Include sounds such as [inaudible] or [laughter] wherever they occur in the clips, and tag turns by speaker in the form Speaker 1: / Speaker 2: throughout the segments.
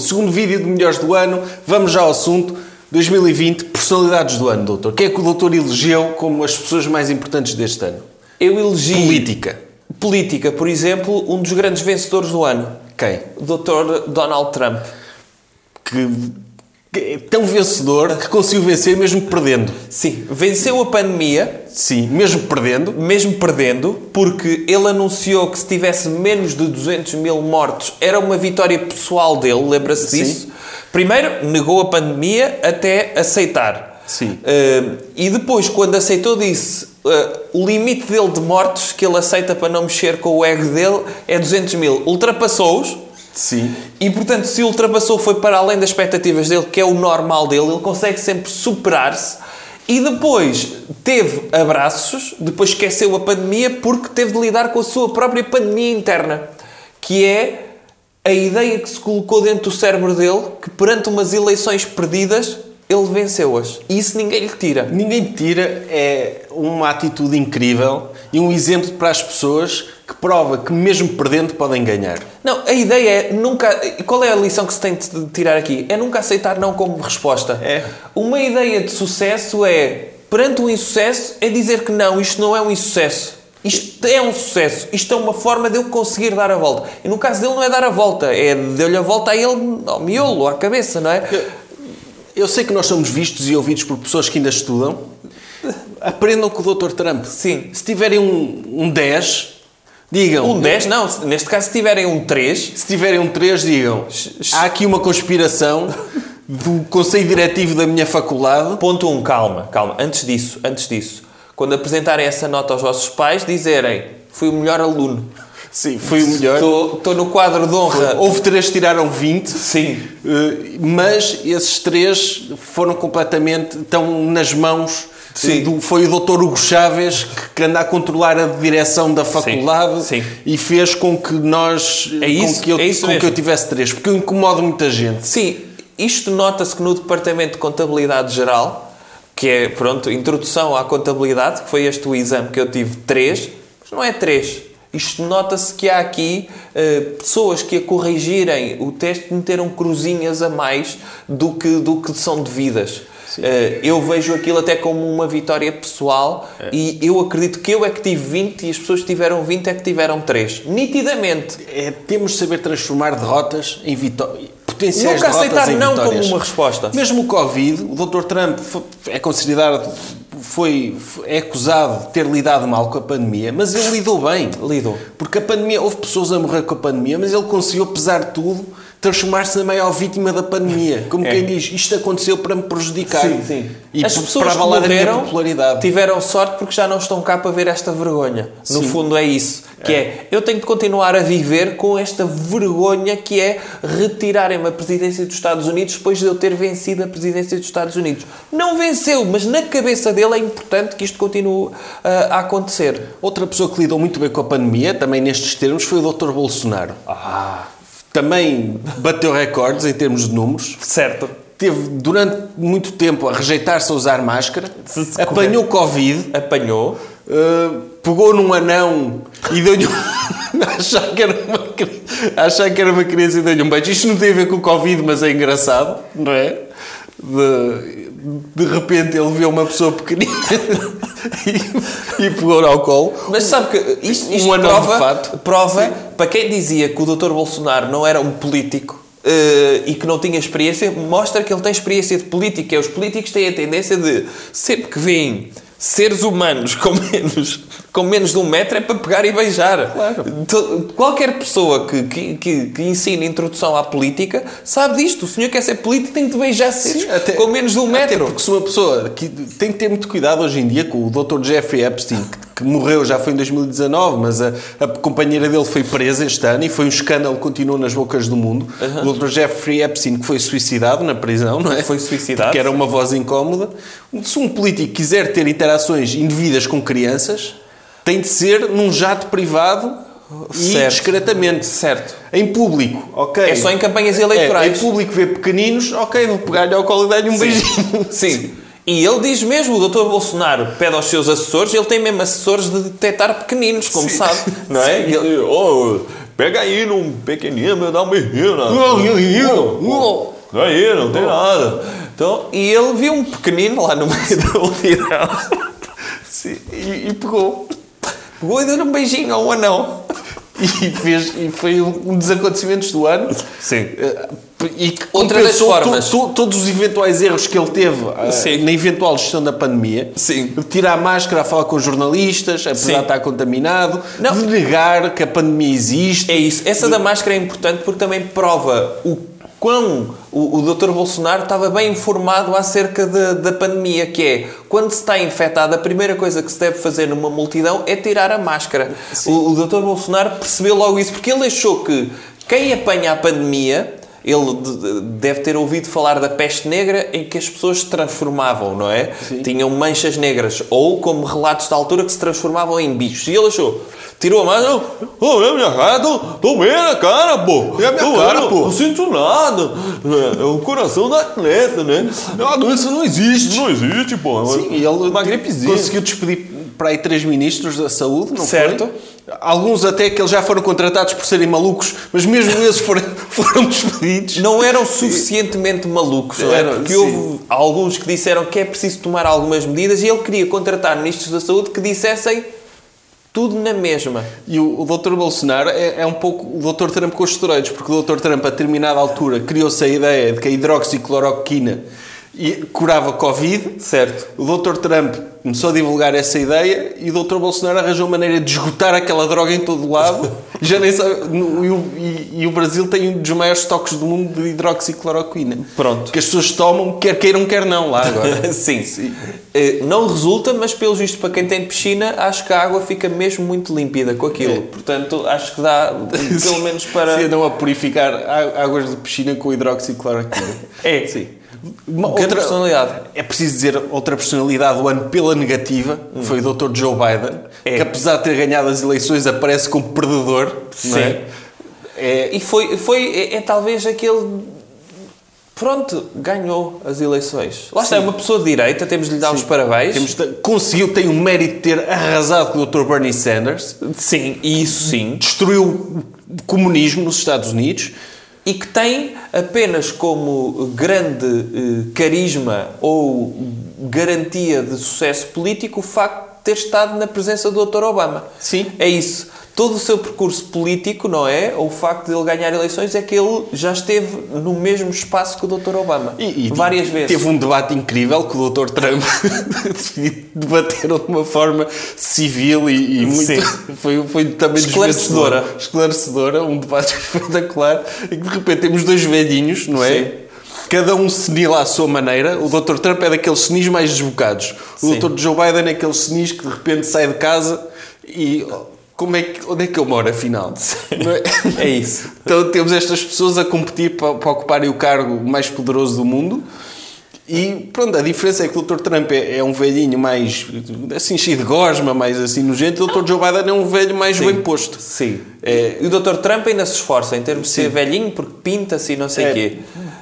Speaker 1: Segundo vídeo de melhores do ano, vamos já ao assunto. 2020, personalidades do ano, doutor. Quem é que o doutor elegeu como as pessoas mais importantes deste ano?
Speaker 2: Eu elegi.
Speaker 1: Política.
Speaker 2: Política, por exemplo, um dos grandes vencedores do ano.
Speaker 1: Quem?
Speaker 2: O Dr. Donald Trump.
Speaker 1: Que, que é tão vencedor que conseguiu vencer mesmo perdendo.
Speaker 2: Sim, venceu a pandemia,
Speaker 1: Sim, mesmo perdendo.
Speaker 2: mesmo perdendo, porque ele anunciou que se tivesse menos de 200 mil mortos era uma vitória pessoal dele, lembra-se
Speaker 1: Sim.
Speaker 2: disso? Primeiro, negou a pandemia até aceitar.
Speaker 1: Sim.
Speaker 2: Ah, e depois, quando aceitou, disse ah, o limite dele de mortos que ele aceita para não mexer com o ego dele é 200 mil. Ultrapassou-os.
Speaker 1: Sim.
Speaker 2: E portanto, se ultrapassou, foi para além das expectativas dele, que é o normal dele, ele consegue sempre superar-se. E depois teve abraços, depois esqueceu a pandemia porque teve de lidar com a sua própria pandemia interna, que é a ideia que se colocou dentro do cérebro dele que perante umas eleições perdidas ele venceu-as. E isso ninguém lhe tira.
Speaker 1: Ninguém tira é uma atitude incrível e um exemplo para as pessoas que prova que mesmo perdendo podem ganhar.
Speaker 2: Não, a ideia é nunca. Qual é a lição que se tem de tirar aqui? É nunca aceitar não como resposta.
Speaker 1: É.
Speaker 2: Uma ideia de sucesso é, perante um insucesso, é dizer que não, isto não é um insucesso. Isto é um sucesso. Isto é uma forma de eu conseguir dar a volta. E no caso dele não é dar a volta, é deu-lhe a volta a ele ao miolo, à cabeça, não é?
Speaker 1: Eu sei que nós somos vistos e ouvidos por pessoas que ainda estudam. Aprendam com o Dr. Trump.
Speaker 2: Sim.
Speaker 1: Se tiverem um, um 10, digam.
Speaker 2: Um 10, não. se- Neste caso, se tiverem um 3,
Speaker 1: Se tiverem um 3, digam. Há aqui uma conspiração do Conselho Diretivo da minha faculdade.
Speaker 2: Ponto 1, um, calma, calma. Antes disso, antes disso, quando apresentarem essa nota aos vossos pais, dizerem: fui o melhor aluno.
Speaker 1: Sim, foi o melhor.
Speaker 2: Estou no quadro de honra.
Speaker 1: Houve três que tiraram 20.
Speaker 2: Sim.
Speaker 1: Eh, mas esses três foram completamente estão nas mãos
Speaker 2: Sim.
Speaker 1: eh, do, foi o Dr. Hugo Chávez que, que anda a controlar a direção da faculdade
Speaker 2: Sim.
Speaker 1: e fez com que nós eh,
Speaker 2: É isso,
Speaker 1: com, que eu,
Speaker 2: é isso
Speaker 1: com que
Speaker 2: mesmo.
Speaker 1: eu tivesse três porque eu incomodo muita gente
Speaker 2: Sim, isto nota-se que no Departamento de Contabilidade Geral, que é, pronto, introdução à contabilidade, que foi este o exame que eu tive, três mas não é três Isto nota-se que há aqui eh, pessoas que a corrigirem o texto meteram cruzinhas a mais do que, do que são devidas. Eh, eu vejo aquilo até como uma vitória pessoal
Speaker 1: É.
Speaker 2: e eu acredito que eu é que tive 20 e as pessoas que tiveram 20 é que tiveram três Nitidamente.
Speaker 1: É, temos de saber transformar derrotas em vitórias potenciais
Speaker 2: Nunca
Speaker 1: derrotas
Speaker 2: aceitar
Speaker 1: em
Speaker 2: não como
Speaker 1: vitórias.
Speaker 2: uma resposta.
Speaker 1: Mesmo o Covid, o Dr. Trump fo- é considerado, foi, é acusado de ter lidado mal com a pandemia, mas ele lidou bem.
Speaker 2: Lidou.
Speaker 1: Porque a pandemia, houve pessoas a morrer com a pandemia, mas ele conseguiu, apesar de tudo, transformar-se na maior vítima da pandemia. Como quem diz, isto aconteceu para me prejudicar.
Speaker 2: É. Sim, sim.
Speaker 1: E
Speaker 2: As
Speaker 1: p-
Speaker 2: pessoas
Speaker 1: para
Speaker 2: que
Speaker 1: abalar a
Speaker 2: morreram tipo-
Speaker 1: minha popularidade.
Speaker 2: tiveram sorte porque já não estão cá para ver esta vergonha. No fundo é isso. Que é. eu tenho de continuar a viver com esta vergonha que é retirarem-me a presidência dos Estados Unidos depois de eu ter vencido a presidência dos Estados Unidos. Não venceu, mas na cabeça dele é importante que isto continue ah, a acontecer.
Speaker 1: Outra pessoa que lidou muito bem com a pandemia, também nestes termos, foi o Dr. Bolsonaro.
Speaker 2: Ah.
Speaker 1: Também bateu recordes em termos de números.
Speaker 2: Certo.
Speaker 1: Teve durante muito tempo a rejeitar-se a usar máscara.
Speaker 2: Se- se-
Speaker 1: apanhou Covid.
Speaker 2: Apanhou.
Speaker 1: Uh, pegou num anão e deu-lhe um... [laughs] achar, que era uma... cri- achar que era uma criança e deu-lhe um beijo. Isto não tem a ver com o Covid, mas é engraçado, não é? De, de repente ele vê uma pessoa pequenina [laughs] e, e pegou ao colo.
Speaker 2: Mas sabe que isto, isto
Speaker 1: Um anão de
Speaker 2: prova,
Speaker 1: fato.
Speaker 2: prova para quem dizia que o Dr. Bolsonaro não era um político eh, e que não tinha experiência, mostra que ele tem experiência de política. E os políticos têm a tendência de, sempre que veem seres humanos com [laughs] menos, com menos de um metro, é para pegar e beijar.
Speaker 1: Claro.
Speaker 2: To- Qualquer pessoa que, que, que, que ensine introdução à política sabe disto. O senhor quer ser político tem de beijar seres
Speaker 1: Sim, até-
Speaker 2: com menos de um metro.
Speaker 1: Porque se uma pessoa que tem que ter muito cuidado hoje em dia com o Dr. Jeffrey Epstein, que, que morreu já foi em 2019, mas a, a companheira dele foi presa este ano e foi um escândalo que continuou nas bocas do mundo. O Dr. Jeffrey Epstein, que foi suicidado na prisão, não é?
Speaker 2: Foi suicidado.
Speaker 1: Porque era uma voz incómoda. Se um político quiser ter interações indevidas com crianças, tem de ser num jato privado e
Speaker 2: Certo.
Speaker 1: discretamente.
Speaker 2: Certo.
Speaker 1: Em público, ok.
Speaker 2: É só em campanhas
Speaker 1: É, em
Speaker 2: eleitorais.
Speaker 1: público ver pequeninos, ok, vou pegar-lhe ao colo e dar-lhe um beijinho.
Speaker 2: [laughs] Sim. E ele diz mesmo, o Dr. Bolsonaro pede aos seus assessores, ele tem mesmo assessores de detectar pequeninos, como sabe, não é? E ele, oh, Pega aí num pequenino, me dá uma menina.
Speaker 1: Não
Speaker 2: Aí, não tem nada. Então, e ele viu um pequenino lá no meio da multidão. [laughs]
Speaker 1: Sim, e, e pegou.
Speaker 2: Pegou e deu um beijinho ao anão.
Speaker 1: E, fez, e foi um um dos acontecimentos do ano.
Speaker 2: Sim.
Speaker 1: Eh, E que
Speaker 2: Outra das
Speaker 1: compensou
Speaker 2: formas.
Speaker 1: to- to- todos os eventuais erros que ele teve eh,
Speaker 2: Sim.
Speaker 1: na eventual gestão da pandemia.
Speaker 2: Sim.
Speaker 1: De tirar a máscara a falar com jornalistas, apesar
Speaker 2: Sim.
Speaker 1: de estar contaminado.
Speaker 2: Não.
Speaker 1: De negar que a pandemia existe.
Speaker 2: É isso. Essa da máscara é importante porque também prova o quão o, o Dr. Bolsonaro estava bem informado acerca de- da pandemia, que é quando se está infectado, a primeira coisa que se deve fazer numa multidão é tirar a máscara. O, o Dr. Bolsonaro percebeu logo isso porque ele achou que quem apanha a pandemia. Ele de- de- deve ter ouvido falar da peste negra em que as pessoas se transformavam, não é? Tinham manchas negras, ou como relatos da altura que se transformavam em bichos. E ele achou, tirou a máscara, oh, é a minha cara, tô, tô bem na cara, pô.
Speaker 1: É a minha
Speaker 2: Tô
Speaker 1: cara,
Speaker 2: bem,
Speaker 1: pô."
Speaker 2: Não sinto nada. É, é o coração da atleta, né? É uma doença não existe. Não existe, pô.
Speaker 1: Sim, e ele tipo,
Speaker 2: uma gripezinha.
Speaker 1: conseguiu despedir para aí três ministros da saúde, não
Speaker 2: Certo.
Speaker 1: foi? Alguns até que eles já foram contratados por serem malucos, mas mesmo esses foram, [laughs] foram despedidos.
Speaker 2: Não eram suficientemente malucos, não é?
Speaker 1: Eram,
Speaker 2: Porque
Speaker 1: sim.
Speaker 2: houve alguns que disseram que é preciso tomar algumas medidas e ele queria contratar ministros da saúde que dissessem tudo na mesma.
Speaker 1: E o, o Dr. Bolsonaro é, é um pouco o Dr. Trump com os esteroides, porque o Dr. Trump, a determinada altura, criou-se a ideia de que a hidroxicloroquina e- curava Covid.
Speaker 2: Certo.
Speaker 1: O Dr. Trump começou a divulgar essa ideia e o Dr. Bolsonaro arranjou maneira de esgotar aquela droga em todo lado. Já nem sabe- no- e, o, e- e o Brasil tem um dos maiores estoques do mundo de hidroxicloroquina.
Speaker 2: Pronto.
Speaker 1: Que as pessoas tomam, quer queiram, quer não, lá
Speaker 2: [laughs]
Speaker 1: agora.
Speaker 2: Sim. Eh, Não resulta, mas pelo visto para quem tem piscina, acho que a água fica mesmo muito límpida com
Speaker 1: É.
Speaker 2: aquilo. Portanto, acho que dá
Speaker 1: [laughs]
Speaker 2: pelo menos para...
Speaker 1: Se andam a purificar á- águas de piscina com hidroxicloroquina.
Speaker 2: É.
Speaker 1: Sim. Uma
Speaker 2: Grande personalidade.
Speaker 1: É preciso dizer outra personalidade do ano pela negativa, foi o Dr. Joe Biden,
Speaker 2: É.
Speaker 1: que apesar de ter ganhado as eleições aparece como perdedor. Não é?
Speaker 2: Sim.
Speaker 1: É-
Speaker 2: E foi, foi é, é talvez aquele. Pronto, ganhou as eleições. Lá está, é uma pessoa de direita, temos de lhe dar os parabéns.
Speaker 1: temos de- conseguiu, tem o mérito de ter arrasado com o Dr. Bernie Sanders,
Speaker 2: Sim, e isso sim.
Speaker 1: destruiu o comunismo nos Estados Unidos.
Speaker 2: E que tem apenas como grande eh, carisma ou garantia de sucesso político o facto de ter estado na presença do Dr. Obama.
Speaker 1: Sim.
Speaker 2: É isso. Todo o seu percurso político, não é? Ou o facto de ele ganhar eleições é que ele já esteve no mesmo espaço que o Dr. Obama.
Speaker 1: E, e
Speaker 2: várias
Speaker 1: te-
Speaker 2: vezes.
Speaker 1: Teve um debate incrível que o Dr. Trump [laughs] debateram de uma forma civil e, e
Speaker 2: Sim.
Speaker 1: muito. [laughs] Foi, foi também
Speaker 2: Esclarecedora.
Speaker 1: desvencedora. Esclarecedora, um debate [laughs] espetacular. E que de repente temos dois velhinhos, não é?
Speaker 2: Sim.
Speaker 1: Cada um senil à sua maneira. O Dr. Trump é daqueles senis mais desbocados. O
Speaker 2: Sim.
Speaker 1: Dr. Joe Biden é aquele senis que de repente sai de casa e. oh, Como é que, onde é que eu moro, afinal? Não
Speaker 2: [laughs]
Speaker 1: é?
Speaker 2: É isso.
Speaker 1: Então temos estas pessoas a competir para, para ocuparem o cargo mais poderoso do mundo. E pronto, a diferença é que o Dr. Trump é, é um velhinho mais assim cheio de gosma, mais assim nojento, e o Dr. Joe Biden é um velho mais bem posto. É,
Speaker 2: Sim. É, E o Dr. Trump ainda se esforça em termos de ser velhinho porque pinta-se e não
Speaker 1: É,
Speaker 2: sei o quê.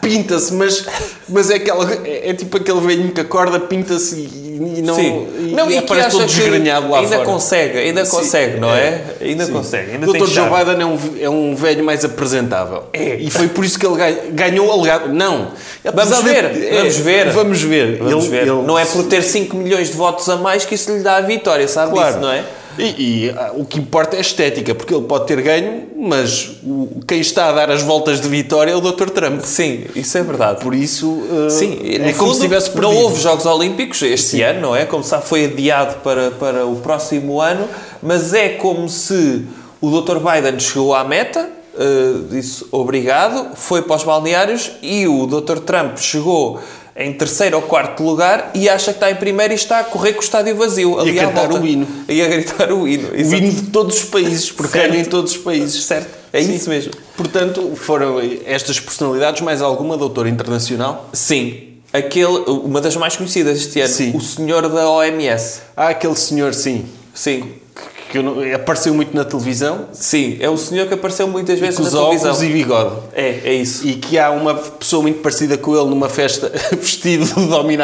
Speaker 1: Pinta-se, mas, mas é, aquela, é, é tipo aquele velhinho que acorda, pinta-se e, e não,
Speaker 2: Sim.
Speaker 1: e,
Speaker 2: Não,
Speaker 1: e
Speaker 2: e que
Speaker 1: aparece
Speaker 2: acha
Speaker 1: todo
Speaker 2: que
Speaker 1: desgrenhado lá
Speaker 2: ainda
Speaker 1: fora.
Speaker 2: consegue, ainda consegue, não é? Ainda consegue, ainda
Speaker 1: o
Speaker 2: tem
Speaker 1: Dr. Joe
Speaker 2: charme.
Speaker 1: Biden é um, é um velho mais apresentável.
Speaker 2: É.
Speaker 1: E foi por isso que ele ga- ganhou alegado. Não.
Speaker 2: Vamos
Speaker 1: Apesar de-
Speaker 2: ver,
Speaker 1: é,
Speaker 2: vamos ver.
Speaker 1: Vamos ver.
Speaker 2: Vamos
Speaker 1: Ele-
Speaker 2: ver.
Speaker 1: ele-
Speaker 2: Não é por ter 5 milhões de votos a mais que isso lhe dá a vitória, sabe
Speaker 1: Claro.
Speaker 2: disso, não é?
Speaker 1: E, e, ah, o que importa é a estética, porque ele pode ter ganho, mas o- quem está a dar as voltas de vitória é o Dr. Trump.
Speaker 2: Sim, isso é verdade.
Speaker 1: Por isso, ah,
Speaker 2: Sim, no
Speaker 1: é como
Speaker 2: fundo,
Speaker 1: se tivesse
Speaker 2: não
Speaker 1: perdido.
Speaker 2: houve Jogos Olímpicos este ano, não é? Como sabe, foi adiado para, para o próximo ano, mas é como se o Dr. Biden chegou à meta, eh, disse obrigado, foi para os balneários e o Dr. Trump chegou em terceiro ou quarto lugar e acha que está em primeiro e está a correr com o estádio vazio. Ali à
Speaker 1: cantar
Speaker 2: volta.
Speaker 1: o hino.
Speaker 2: E a gritar o hino.
Speaker 1: o
Speaker 2: exato.
Speaker 1: hino de todos os países, porque
Speaker 2: Certo.
Speaker 1: ganham em todos os países.
Speaker 2: Certo, é isso mesmo.
Speaker 1: Portanto, foram estas personalidades, mais alguma doutora internacional?
Speaker 2: Sim, aquele, uma das mais conhecidas este ano,
Speaker 1: Sim.
Speaker 2: o senhor da OMS.
Speaker 1: Há aquele senhor, sim,
Speaker 2: Sim,
Speaker 1: que, que eu não- apareceu muito na televisão,
Speaker 2: Sim, é o senhor que apareceu muitas vezes
Speaker 1: com
Speaker 2: na
Speaker 1: os
Speaker 2: televisão.
Speaker 1: óculos e bigode.
Speaker 2: É, é isso.
Speaker 1: E que há uma pessoa muito parecida com ele numa festa [laughs] vestido de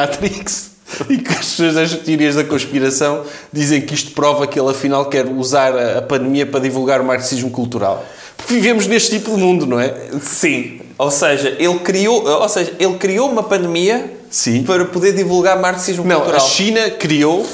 Speaker 1: dominatrix. E que as pessoas das teorias da conspiração dizem que isto prova que ele afinal quer usar a a pandemia para divulgar o marxismo cultural. Porque vivemos neste tipo de mundo, não é?
Speaker 2: Sim. Ou seja, ele criou, ou seja, ele criou uma pandemia
Speaker 1: Sim.
Speaker 2: para poder divulgar marxismo
Speaker 1: Não,
Speaker 2: cultural.
Speaker 1: a China criou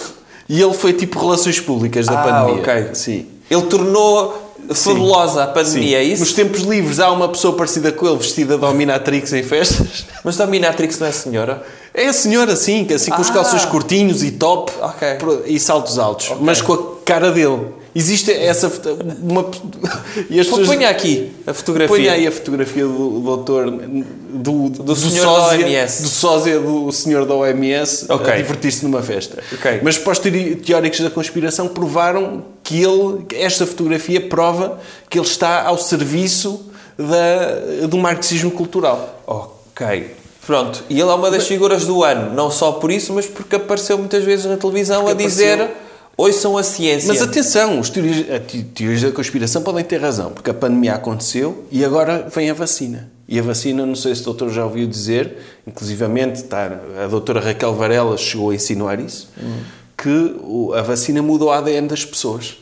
Speaker 1: e ele foi tipo relações públicas da
Speaker 2: Ah,
Speaker 1: pandemia.
Speaker 2: ok.
Speaker 1: Sim.
Speaker 2: Ele tornou fabulosa a pandemia, é isso?
Speaker 1: Nos tempos livres há uma pessoa parecida com ele vestida de dominatrix em festas.
Speaker 2: Mas Dominatrix não é senhora?
Speaker 1: [laughs] É a senhora, sim, que assim com os
Speaker 2: Ah.
Speaker 1: calções curtinhos e top
Speaker 2: Ok.
Speaker 1: pro- e saltos altos, mas com a cara dele. Existe essa foto- uma [laughs] e as pessoas
Speaker 2: Ponha aqui a fotografia.
Speaker 1: Põe aí a fotografia do doutor do, do,
Speaker 2: senhor da OMS.
Speaker 1: do sósia do senhor da OMS
Speaker 2: Ok.
Speaker 1: a divertir-se numa festa.
Speaker 2: Ok.
Speaker 1: Mas para os teori- teóricos da conspiração provaram que ele que esta fotografia prova que ele está ao serviço da, do marxismo cultural.
Speaker 2: Ok. Pronto. E ele é uma das figuras do ano. Não só por isso, mas porque apareceu muitas vezes na televisão
Speaker 1: Porque
Speaker 2: a dizer ouçam a ciência.
Speaker 1: Mas atenção, os teori- a te- teorias da conspiração podem ter razão, porque a pandemia aconteceu e agora vem a vacina. E a vacina, não sei se o doutor já ouviu dizer, inclusivamente tá, a doutora Raquel Varela chegou a insinuar isso, que o- a vacina mudou o ADN das pessoas.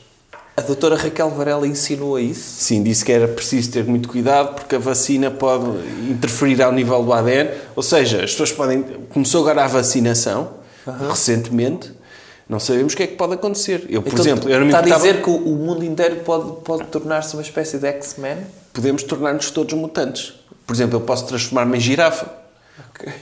Speaker 2: A doutora Raquel Varela insinuou isso?
Speaker 1: Sim, disse que era preciso ter muito cuidado porque a vacina pode interferir ao nível do ADN. Ou seja, as pessoas podem. Começou agora a vacinação, recentemente, não sabemos o que é que pode acontecer. Eu, por
Speaker 2: Então,
Speaker 1: exemplo, eu não me
Speaker 2: está a
Speaker 1: importava-
Speaker 2: dizer que o, o mundo inteiro pode, pode tornar-se uma espécie de X-Men?
Speaker 1: podemos tornar-nos todos mutantes. Por exemplo, eu posso transformar-me em girafa.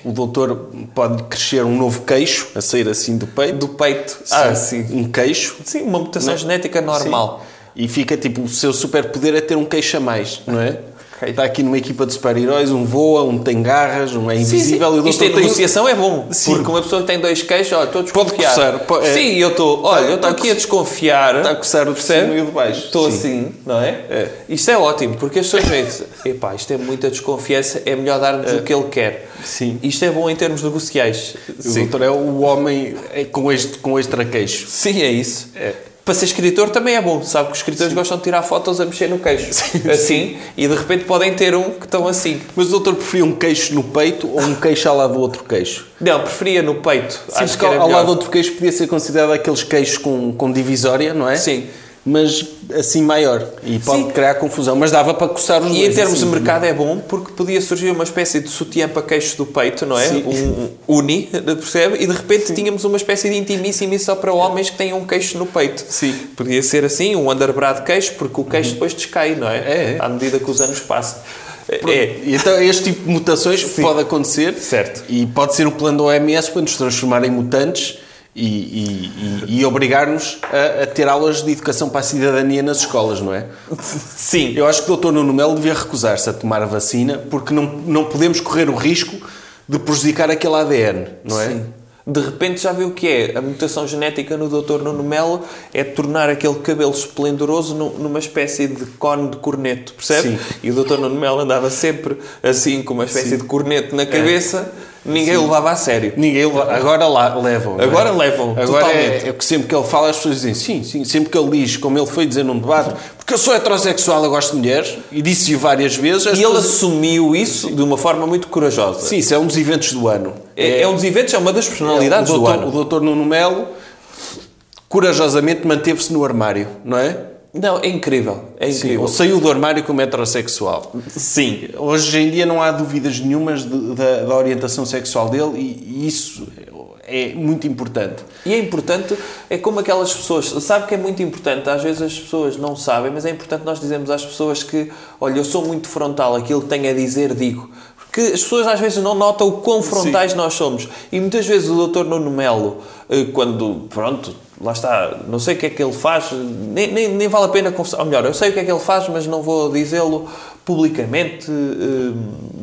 Speaker 1: O doutor pode crescer um novo queixo, a sair assim do peito.
Speaker 2: Do peito.
Speaker 1: Ah, sim. Um queixo.
Speaker 2: Sim, uma mutação
Speaker 1: Não.
Speaker 2: genética normal.
Speaker 1: Sim. E fica tipo, o seu superpoder é ter um queixo a mais, não é?
Speaker 2: Ok.
Speaker 1: Está aqui numa equipa de super-heróis, um voa, um tem garras, um é invisível e o
Speaker 2: Isto
Speaker 1: doutor
Speaker 2: em
Speaker 1: tem... um
Speaker 2: negociação é bom,
Speaker 1: Sim.
Speaker 2: porque uma pessoa que tem dois queixos, olha, estou desconfiado.
Speaker 1: coçar, po- é.
Speaker 2: Sim, eu estou, olha, eu
Speaker 1: tá
Speaker 2: estou aqui a desconfiar.
Speaker 1: Está a coçar o de cima e o de baixo.
Speaker 2: Estou
Speaker 1: Sim.
Speaker 2: assim, não é?
Speaker 1: É.
Speaker 2: Isto é ótimo, porque as pessoas veem-se, epá, isto é muita desconfiança, é melhor dar-nos o que ele quer.
Speaker 1: Sim.
Speaker 2: Isto é bom em termos negociais.
Speaker 1: O doutor é o homem é, com, este, com extra queixo.
Speaker 2: Sim, é isso. Para ser escritor também é bom, sabe que os escritores gostam de tirar fotos a mexer no queixo. assim, e de repente podem ter um que estão assim.
Speaker 1: Mas o doutor preferia um queixo no peito ou um queixo ao lado do outro queixo?
Speaker 2: Não, preferia no peito.
Speaker 1: Sim,
Speaker 2: Acho
Speaker 1: porque
Speaker 2: que era
Speaker 1: ao
Speaker 2: melhor.
Speaker 1: lado do outro queixo podia ser considerado aqueles queixos com, com divisória, não é?
Speaker 2: Sim.
Speaker 1: Mas assim maior. E pode
Speaker 2: Sim.
Speaker 1: criar confusão. Mas dava para coçar os
Speaker 2: E
Speaker 1: dois,
Speaker 2: em termos
Speaker 1: assim.
Speaker 2: de mercado é bom porque podia surgir uma espécie de sutiã para queixo do peito, não é?
Speaker 1: Sim.
Speaker 2: Um, um uni, percebe? E de repente tínhamos uma espécie de intimíssimo só para homens que têm um queixo no peito.
Speaker 1: Sim. Uhum.
Speaker 2: Podia ser assim, um underbra de queixo, porque o queixo depois descai, não é?
Speaker 1: É, é.
Speaker 2: À medida que os anos passam. É.
Speaker 1: E então este tipo de mutações pode acontecer.
Speaker 2: Certo.
Speaker 1: E pode ser o plano da OMS para nos transformar em mutantes e, e- e- e obrigar-nos a, a ter aulas de educação para a cidadania nas escolas, não é?
Speaker 2: Sim.
Speaker 1: Eu acho que o Dr. Nuno Melo devia recusar-se a tomar a vacina porque não, não podemos correr o risco de prejudicar aquele ADN, não é?
Speaker 2: Sim. De repente já viu o que é? A mutação genética no Dr. Nuno Melo é tornar aquele cabelo esplendoroso nu- numa espécie de cone de corneto, percebe?
Speaker 1: Sim.
Speaker 2: E o Dr. Nuno Melo andava sempre assim, com uma espécie de corneto na cabeça, ninguém o levava a sério.
Speaker 1: Ninguém leva- agora lá levam. não é?
Speaker 2: Agora levam,
Speaker 1: Agora
Speaker 2: totalmente.
Speaker 1: é, é que sempre que ele fala as pessoas dizem sim, sim, sempre que ele diz, como ele foi dizer num debate, porque eu sou heterossexual, eu gosto de mulheres, e disse-o várias vezes. as
Speaker 2: E ele
Speaker 1: pessoas-
Speaker 2: assumiu isso de uma forma muito corajosa.
Speaker 1: Sim, isso é um dos eventos do ano.
Speaker 2: É, é um dos eventos, é uma das personalidades
Speaker 1: o
Speaker 2: do
Speaker 1: doutor,
Speaker 2: ano.
Speaker 1: O doutor Nuno Melo corajosamente manteve-se no armário, não é?
Speaker 2: Não, é incrível. É
Speaker 1: Ou
Speaker 2: incrível.
Speaker 1: saiu do armário como heterossexual.
Speaker 2: Sim.
Speaker 1: Hoje em dia não há dúvidas nenhumas de- da, da orientação sexual dele e, e isso é muito importante.
Speaker 2: E é importante, é como aquelas pessoas, sabe que é muito importante, às vezes as pessoas não sabem, mas é importante nós dizermos às pessoas que, olha, eu sou muito frontal, aquilo que tenho a dizer, digo. Porque as pessoas às vezes não notam o quão frontais nós somos. E muitas vezes o Dr. Nuno Melo, eh, quando, pronto, lá está, não sei o que é que ele faz, nem, nem, nem vale a pena confessar, ou melhor, eu sei o que é que ele faz, mas não vou dizê-lo publicamente eh,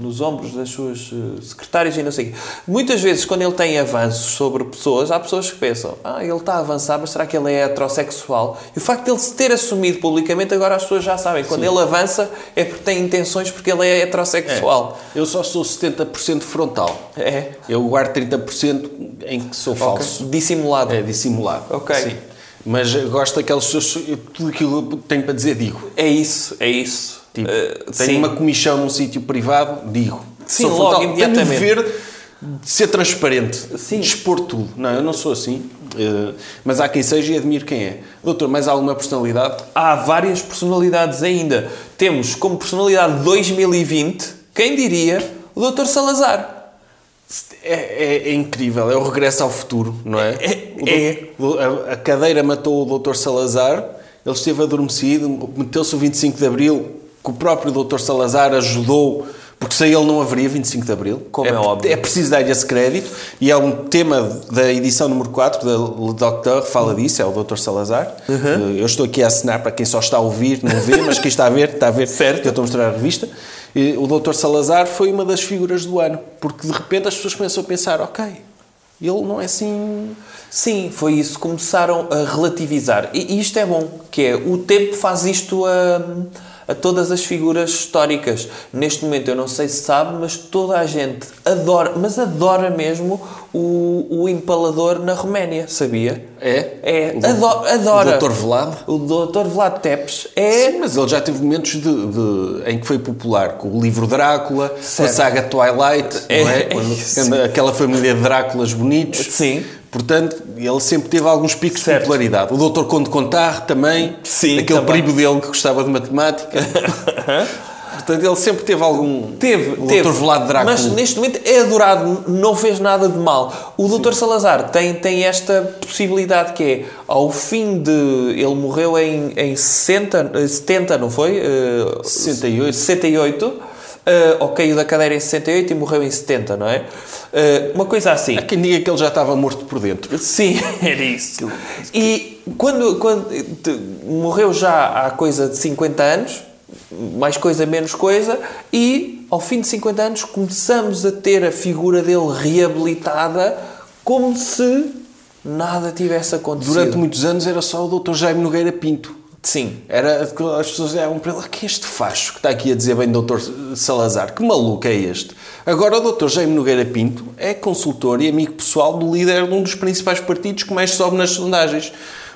Speaker 2: nos ombros das suas eh, secretárias e não sei o quê. Muitas vezes, quando ele tem avanços sobre pessoas, há pessoas que pensam, ah, ele está a avançar, mas será que ele é heterossexual? E o facto de ele se ter assumido publicamente, agora as pessoas já sabem, quando ele avança é porque tem intenções porque ele é heterossexual.
Speaker 1: Eu só sou 70% frontal.
Speaker 2: É.
Speaker 1: Eu guardo 30% em que sou falso.
Speaker 2: Dissimulado.
Speaker 1: É dissimulado.
Speaker 2: Ok.
Speaker 1: Sim. Mas eu gosto daqueles pessoas. eu- Tudo aquilo que eu tenho para dizer, digo.
Speaker 2: É isso, é isso.
Speaker 1: Tipo,
Speaker 2: Eh,
Speaker 1: tenho
Speaker 2: sim.
Speaker 1: uma comissão num sítio privado, digo.
Speaker 2: Sim, logo,
Speaker 1: Tenho o
Speaker 2: imediatamente.
Speaker 1: dever de ser transparente,
Speaker 2: Sim.
Speaker 1: expor tudo. Não, eu não sou assim, eh, mas há quem seja e admiro quem é. Doutor, mais alguma personalidade?
Speaker 2: Há várias personalidades ainda. Temos como personalidade 2020, quem diria, o Dr. Salazar.
Speaker 1: É, é- é incrível, é o regresso ao futuro, não é?
Speaker 2: É-
Speaker 1: O dou- a- A, cadeira matou o doutor Salazar, ele esteve adormecido, meteu-se o 25 de Abril, que o próprio doutor Salazar ajudou, porque sem ele não haveria 25 de Abril.
Speaker 2: Como é
Speaker 1: pre-
Speaker 2: óbvio.
Speaker 1: É preciso dar-lhe esse crédito, e é um tema da edição número 4 da Le Docteur, fala disso, é o doutor Salazar.
Speaker 2: Uhum.
Speaker 1: Eh, Eu estou aqui a assinar para quem só está a ouvir, não vê, mas quem está a ver, está a ver.
Speaker 2: Certo.
Speaker 1: Eu estou a mostrar a revista. E o Dr. Salazar foi uma das figuras do ano, porque de repente as pessoas começam a pensar: ok, ele não é assim.
Speaker 2: Sim, foi isso. Começaram a relativizar. E e isto é bom, que é o tempo faz isto a, a todas as figuras históricas. Neste momento, eu não sei se sabe, mas toda a gente adora, mas adora mesmo o, o empalador na Roménia, sabia?
Speaker 1: É?
Speaker 2: É,
Speaker 1: O-
Speaker 2: ado- adora.
Speaker 1: o Dr. Velado?
Speaker 2: O Dr. Vlad Tepes é...
Speaker 1: Sim, mas ele já teve momentos de, de- em que foi popular com o livro Drácula,
Speaker 2: Certo.
Speaker 1: com a saga Twilight,
Speaker 2: É,
Speaker 1: não é?
Speaker 2: é
Speaker 1: Quando-
Speaker 2: isso.
Speaker 1: quando aquela família de Dráculas bonitos.
Speaker 2: Sim.
Speaker 1: Portanto, ele sempre teve alguns picos
Speaker 2: Certo.
Speaker 1: de popularidade. O Dr. Conde Contar também,
Speaker 2: Sim,
Speaker 1: aquele
Speaker 2: também.
Speaker 1: primo dele que gostava de
Speaker 2: [laughs]
Speaker 1: matemática. Portanto, ele sempre teve algum.
Speaker 2: Teve,
Speaker 1: o
Speaker 2: teve.
Speaker 1: Dr. Velado Drácula.
Speaker 2: Mas neste momento é adorado, não fez nada de mal. O Dr. Salazar tem, tem esta possibilidade que é, ao fim de. Ele morreu em, em 60, eh, 70, não foi? Eh,
Speaker 1: 68.
Speaker 2: 68. eh, ou caiu da cadeira em 68 e morreu em 70, não é? Eh, uma coisa assim.
Speaker 1: Há quem diga que ele já estava morto por dentro.
Speaker 2: Sim, [laughs] era isso. E quando, quando te- morreu já há coisa de 50 anos, mais coisa, menos coisa, e ao fim de 50 anos começamos a ter a figura dele reabilitada como se nada tivesse acontecido.
Speaker 1: Durante um- muitos anos era só o Dr. Jaime Nogueira Pinto.
Speaker 2: Sim.
Speaker 1: Era, as pessoas olhavam para ele, "Ah, que é este facho que está aqui a dizer bem Dr. Salazar, que maluco é este? Agora o Dr. Jaime Nogueira Pinto é consultor e amigo pessoal do líder de um dos principais partidos que mais sobe nas sondagens.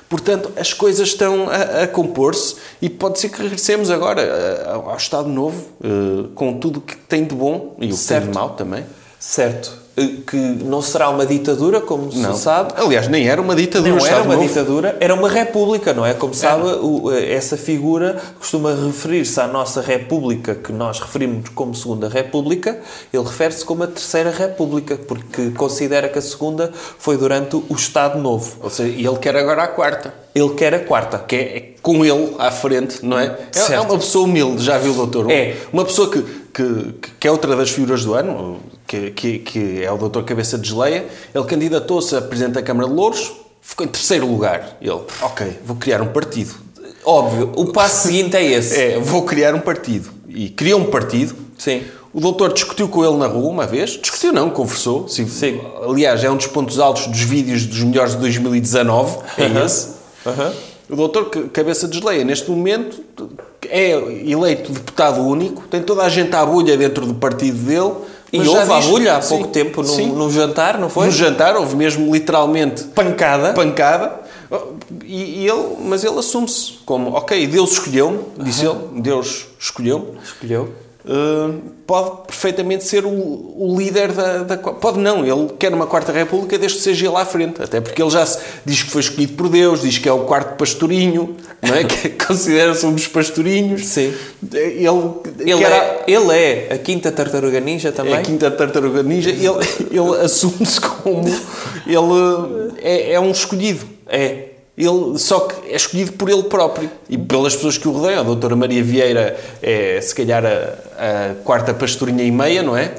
Speaker 1: Portanto, as coisas estão a, a compor-se e pode ser que regressemos agora eh, ao ao Estado Novo, eh, com tudo o que tem de bom e o que tem
Speaker 2: Certo.
Speaker 1: de mau também.
Speaker 2: Certo. Eh, Que não será uma ditadura, como
Speaker 1: Não.
Speaker 2: se sabe.
Speaker 1: Aliás, nem era uma ditadura. o
Speaker 2: Não era
Speaker 1: Estado
Speaker 2: uma
Speaker 1: Novo.
Speaker 2: ditadura, era uma república, não é? Como sabe, o- eh, essa figura costuma referir-se à nossa república, que nós referimos como Segunda República, ele refere-se como a Terceira República, porque considera que a Segunda foi durante o Estado Novo.
Speaker 1: Ou seja, e ele quer agora a quarta.
Speaker 2: Ele quer a Quarta.
Speaker 1: que é com ele à frente, não é? É- É,
Speaker 2: Hum. Certo.
Speaker 1: uma pessoa humilde, já viu, doutor?
Speaker 2: É.
Speaker 1: Uma pessoa que, que, que é outra das figuras do ano, que, que, que é o doutor Cabeça de Geleia, ele candidatou-se a presidente da Câmara de Louros, ficou em terceiro lugar. Ele, ok, vou criar um partido.
Speaker 2: Óbvio, o passo seguinte é esse.
Speaker 1: É, vou criar um partido. E criou um partido.
Speaker 2: Sim.
Speaker 1: O doutor discutiu com ele na rua uma vez. Discutiu não, conversou. Sim.
Speaker 2: Sim.
Speaker 1: Aliás, é um dos pontos altos dos vídeos dos melhores de 2019. É esse.
Speaker 2: Aham.
Speaker 1: O doutor C- Cabeça de Geleia, neste momento, é eleito deputado único, tem toda a gente à bulha dentro do partido dele.
Speaker 2: E
Speaker 1: mas já
Speaker 2: houve a
Speaker 1: diz-
Speaker 2: bulha há
Speaker 1: Sim,
Speaker 2: pouco tempo, num,
Speaker 1: sim.
Speaker 2: num jantar, não foi?
Speaker 1: No jantar, houve mesmo literalmente
Speaker 2: Pancada.
Speaker 1: pancada. E, e ele, mas ele assume-se como, ok, Deus escolheu-me, disse ele, Deus escolheu-me.
Speaker 2: Escolheu.
Speaker 1: Uh, pode perfeitamente ser o, o líder da, da. qua- Pode não, ele quer uma quarta república desde que seja ele à frente. Até porque ele já se- diz que foi escolhido por Deus, diz que é o quarto pastorinho, não é? [laughs] Que considera-se um dos pastorinhos.
Speaker 2: Sim.
Speaker 1: Ele,
Speaker 2: Ele,
Speaker 1: quer a-
Speaker 2: é, ele é a quinta tartaruga ninja também.
Speaker 1: é a quinta tartaruga ninja, ele, ele assume-se como. Ele é, é um escolhido. É. Ele, só que é escolhido por ele próprio e pelas pessoas que o rodeiam. A doutora Maria Vieira é, se calhar, a, a quarta pastorinha e meia, não é?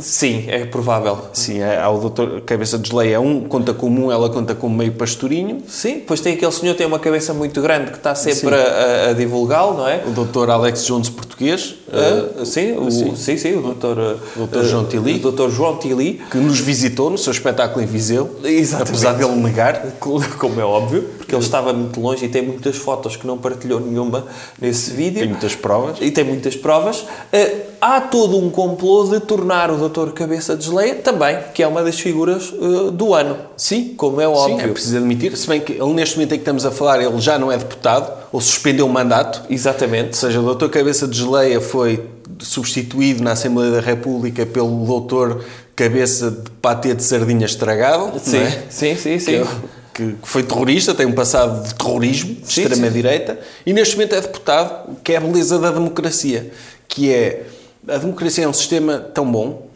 Speaker 2: Sim, é provável.
Speaker 1: Sim, há há o doutor Cabeça de Geleia é um, conta como um, ela conta como meio pastorinho.
Speaker 2: Sim, depois tem aquele senhor que tem uma cabeça muito grande que está sempre a, a- a divulgá-lo, não é?
Speaker 1: O doutor Alex Jones, português,
Speaker 2: Ah, sim, o, sim. sim, o doutor,
Speaker 1: Dr. João Tili.
Speaker 2: O Dr. João Tili,
Speaker 1: que nos visitou no seu espetáculo em Viseu.
Speaker 2: Exatamente.
Speaker 1: Apesar dele negar. [laughs]
Speaker 2: como é óbvio, porque ele estava muito longe e tem muitas fotos que não partilhou nenhuma nesse vídeo.
Speaker 1: Tem muitas provas.
Speaker 2: E tem muitas provas. Ah, há todo um complô de tornar o Dr. Cabeça de Geleia também, que é uma das figuras ah, do ano.
Speaker 1: Sim.
Speaker 2: Como é
Speaker 1: Sim,
Speaker 2: óbvio.
Speaker 1: é preciso admitir. Se bem que ele, neste momento em que estamos a falar, ele já não é deputado, ou suspendeu o mandato. Ou
Speaker 2: Exatamente.
Speaker 1: seja, o doutor Cabeça de Geleia foi substituído na Assembleia da República pelo doutor cabeça de patê de sardinha estragado,
Speaker 2: Sim,
Speaker 1: não é?
Speaker 2: sim, sim, sim.
Speaker 1: que, que- que foi terrorista, tem um passado de terrorismo, de
Speaker 2: Sim,
Speaker 1: extrema-direita, e neste momento é deputado, que é a beleza da democracia, que é... A democracia é um sistema tão bom,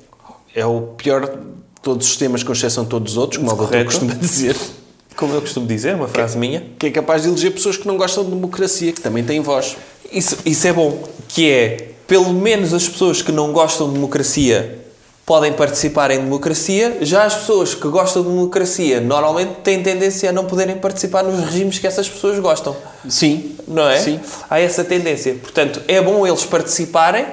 Speaker 1: é o pior de todos os sistemas, com exceção de todos os outros, como o doutor
Speaker 2: Correto.
Speaker 1: costuma dizer,
Speaker 2: Como eu costumo dizer, uma frase minha.
Speaker 1: que é capaz de eleger pessoas que não gostam de democracia, que também têm voz.
Speaker 2: Isso, isso é bom, que é, pelo menos as pessoas que não gostam de democracia podem participar em democracia, já as pessoas que gostam de democracia normalmente têm tendência a não poderem participar nos regimes que essas pessoas gostam,
Speaker 1: Sim.
Speaker 2: não é?
Speaker 1: Sim.
Speaker 2: Há essa tendência. Portanto, é bom eles participarem,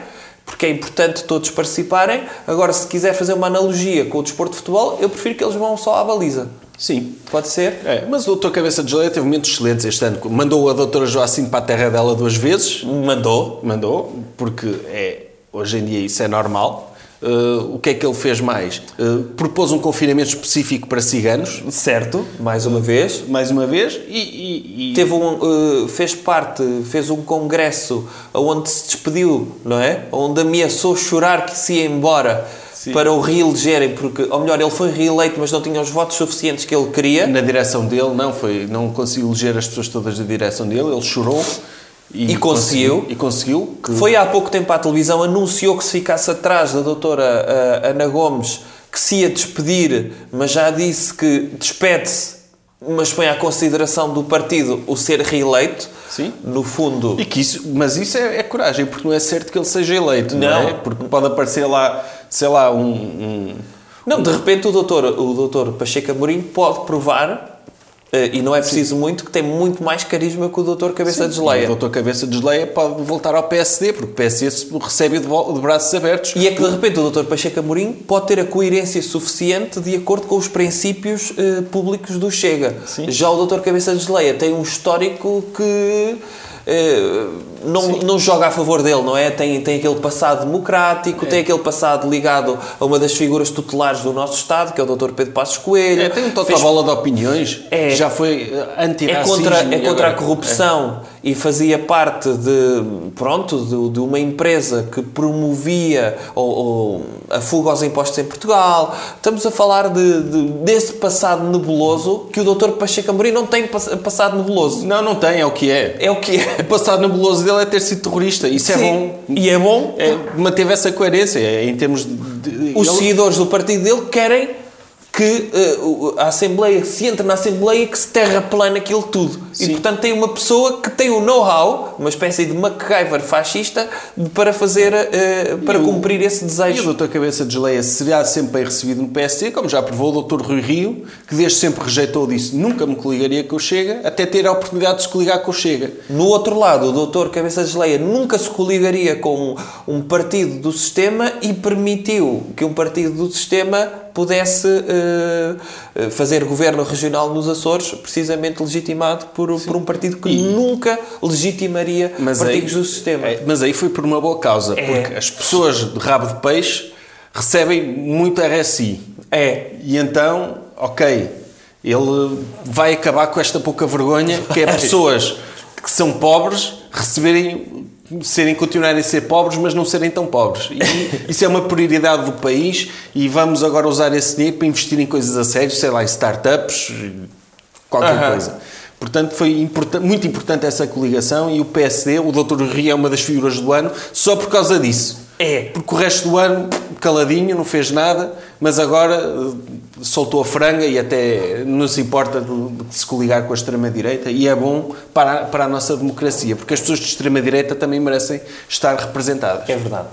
Speaker 2: porque é importante todos participarem. Agora, se quiser fazer uma analogia com o desporto de futebol, eu prefiro que eles vão só à baliza.
Speaker 1: Sim.
Speaker 2: Pode ser?
Speaker 1: É, mas o doutor Cabeça de Geleia teve momentos excelentes este ano. Mandou a doutora Joacim para a terra dela duas vezes.
Speaker 2: Mandou.
Speaker 1: Mandou, porque é, hoje em dia isso é normal. Uh, o que é que ele fez mais? Uh, propôs um confinamento específico para ciganos,
Speaker 2: Certo. Mais uma vez.
Speaker 1: mais uma vez, e... e- e-
Speaker 2: Teve um, eh, fez parte, fez um congresso onde se despediu, não é? Onde ameaçou chorar que se ia embora para o reelegerem, porque, ou melhor, ele foi reeleito, mas não tinha os votos suficientes que ele queria.
Speaker 1: um na direção dele, não foi, não conseguiu eleger as pessoas todas da direção dele, ele chorou.
Speaker 2: E conseguiu.
Speaker 1: E conseguiu. que-
Speaker 2: Foi há pouco tempo à televisão, anunciou que se ficasse atrás da doutora ah, Ana Gomes, que se ia despedir, mas já disse que despede-se, mas põe à consideração do partido o ser reeleito.
Speaker 1: Sim.
Speaker 2: No fundo,
Speaker 1: E que isso, mas isso é, é coragem, porque não é certo que ele seja eleito, não,
Speaker 2: Não.
Speaker 1: é? Porque pode aparecer lá, sei lá, um- um
Speaker 2: Não, de repente o doutor, o doutor Pacheco Amorim pode provar, eh, e não é preciso muito, que tem muito mais carisma que o doutor Cabeça de
Speaker 1: E o
Speaker 2: Geleia.
Speaker 1: um doutor Cabeça de Geleia pode voltar ao PSD, porque o PSD se- recebe de, bo- de braços abertos.
Speaker 2: E é que de repente o doutor Pacheco Amorim pode ter a coerência suficiente de acordo com os princípios eh, públicos do Chega. Já o doutor Cabeça de Geleia tem um histórico que... eh, não, não joga a favor dele, não é? Tem, tem aquele passado democrático,
Speaker 1: É.
Speaker 2: tem aquele passado ligado a uma das figuras tutelares do nosso Estado, que é o Dr. Pedro Passos Coelho.
Speaker 1: É, tem um
Speaker 2: Fez
Speaker 1: toca-bola de opiniões,
Speaker 2: É.
Speaker 1: já foi eh,
Speaker 2: é
Speaker 1: antirracismo.
Speaker 2: contra,
Speaker 1: e
Speaker 2: é contra
Speaker 1: agora- É.
Speaker 2: a corrupção e fazia parte de, pronto, de, de uma empresa que promovia ou, ou a fuga aos impostos em Portugal. Estamos a falar de, de- desse passado nebuloso que o Dr. Pacheco Amorim não tem pass- passado
Speaker 1: É.
Speaker 2: nebuloso.
Speaker 1: Não, não tem, é o que é.
Speaker 2: É o que é.
Speaker 1: O passado nebuloso dele é ter sido terrorista, isso é
Speaker 2: Sim.
Speaker 1: bom.
Speaker 2: E é bom.
Speaker 1: É, manteve essa coerência é, em termos de. de-
Speaker 2: Os
Speaker 1: ele-
Speaker 2: seguidores do partido dele querem que eh, o- a Assembleia se entre na Assembleia e que se terraplane aquilo tudo. E portanto tem uma pessoa que tem o know-how, uma espécie de MacGyver fascista, de- para fazer eh, para
Speaker 1: E o-
Speaker 2: cumprir esse
Speaker 1: E o
Speaker 2: desejo.
Speaker 1: doutor Cabeça de Geleia será sempre bem recebido no PSD, como já provou o doutor Rui Rio, que desde sempre rejeitou disse nunca me coligaria com o Chega, até ter a oportunidade de se coligar com o Chega.
Speaker 2: No outro lado, o doutor Cabeça de Geleia nunca se coligaria com um partido do sistema e permitiu que um partido do sistema pudesse eh, eh, fazer governo regional nos Açores, precisamente legitimado por, por um partido que nunca legitimaria
Speaker 1: Mas
Speaker 2: partidos
Speaker 1: aí-
Speaker 2: do sistema. É.
Speaker 1: é, mas aí foi por uma boa causa, porque as pessoas de rabo de peixe recebem muito RSI.
Speaker 2: É.
Speaker 1: E então, ok, ele vai acabar com esta pouca vergonha que é pessoas que são pobres receberem serem continuarem a ser pobres mas não serem tão pobres
Speaker 2: [laughs]
Speaker 1: e isso é uma prioridade do país e vamos agora usar esse dinheiro para investir em coisas a sério sei lá em startups qualquer
Speaker 2: Aham.
Speaker 1: coisa portanto foi importa- muito importante essa coligação e o PSD o Dr Rio é uma das figuras do ano só por causa disso
Speaker 2: É.
Speaker 1: porque o resto do ano, caladinho, não fez nada, mas agora eh, soltou a franga e até não se importa de, de se coligar com a extrema-direita e é bom para, a- para a nossa democracia, porque as pessoas de extrema-direita também merecem estar representadas.
Speaker 2: É verdade.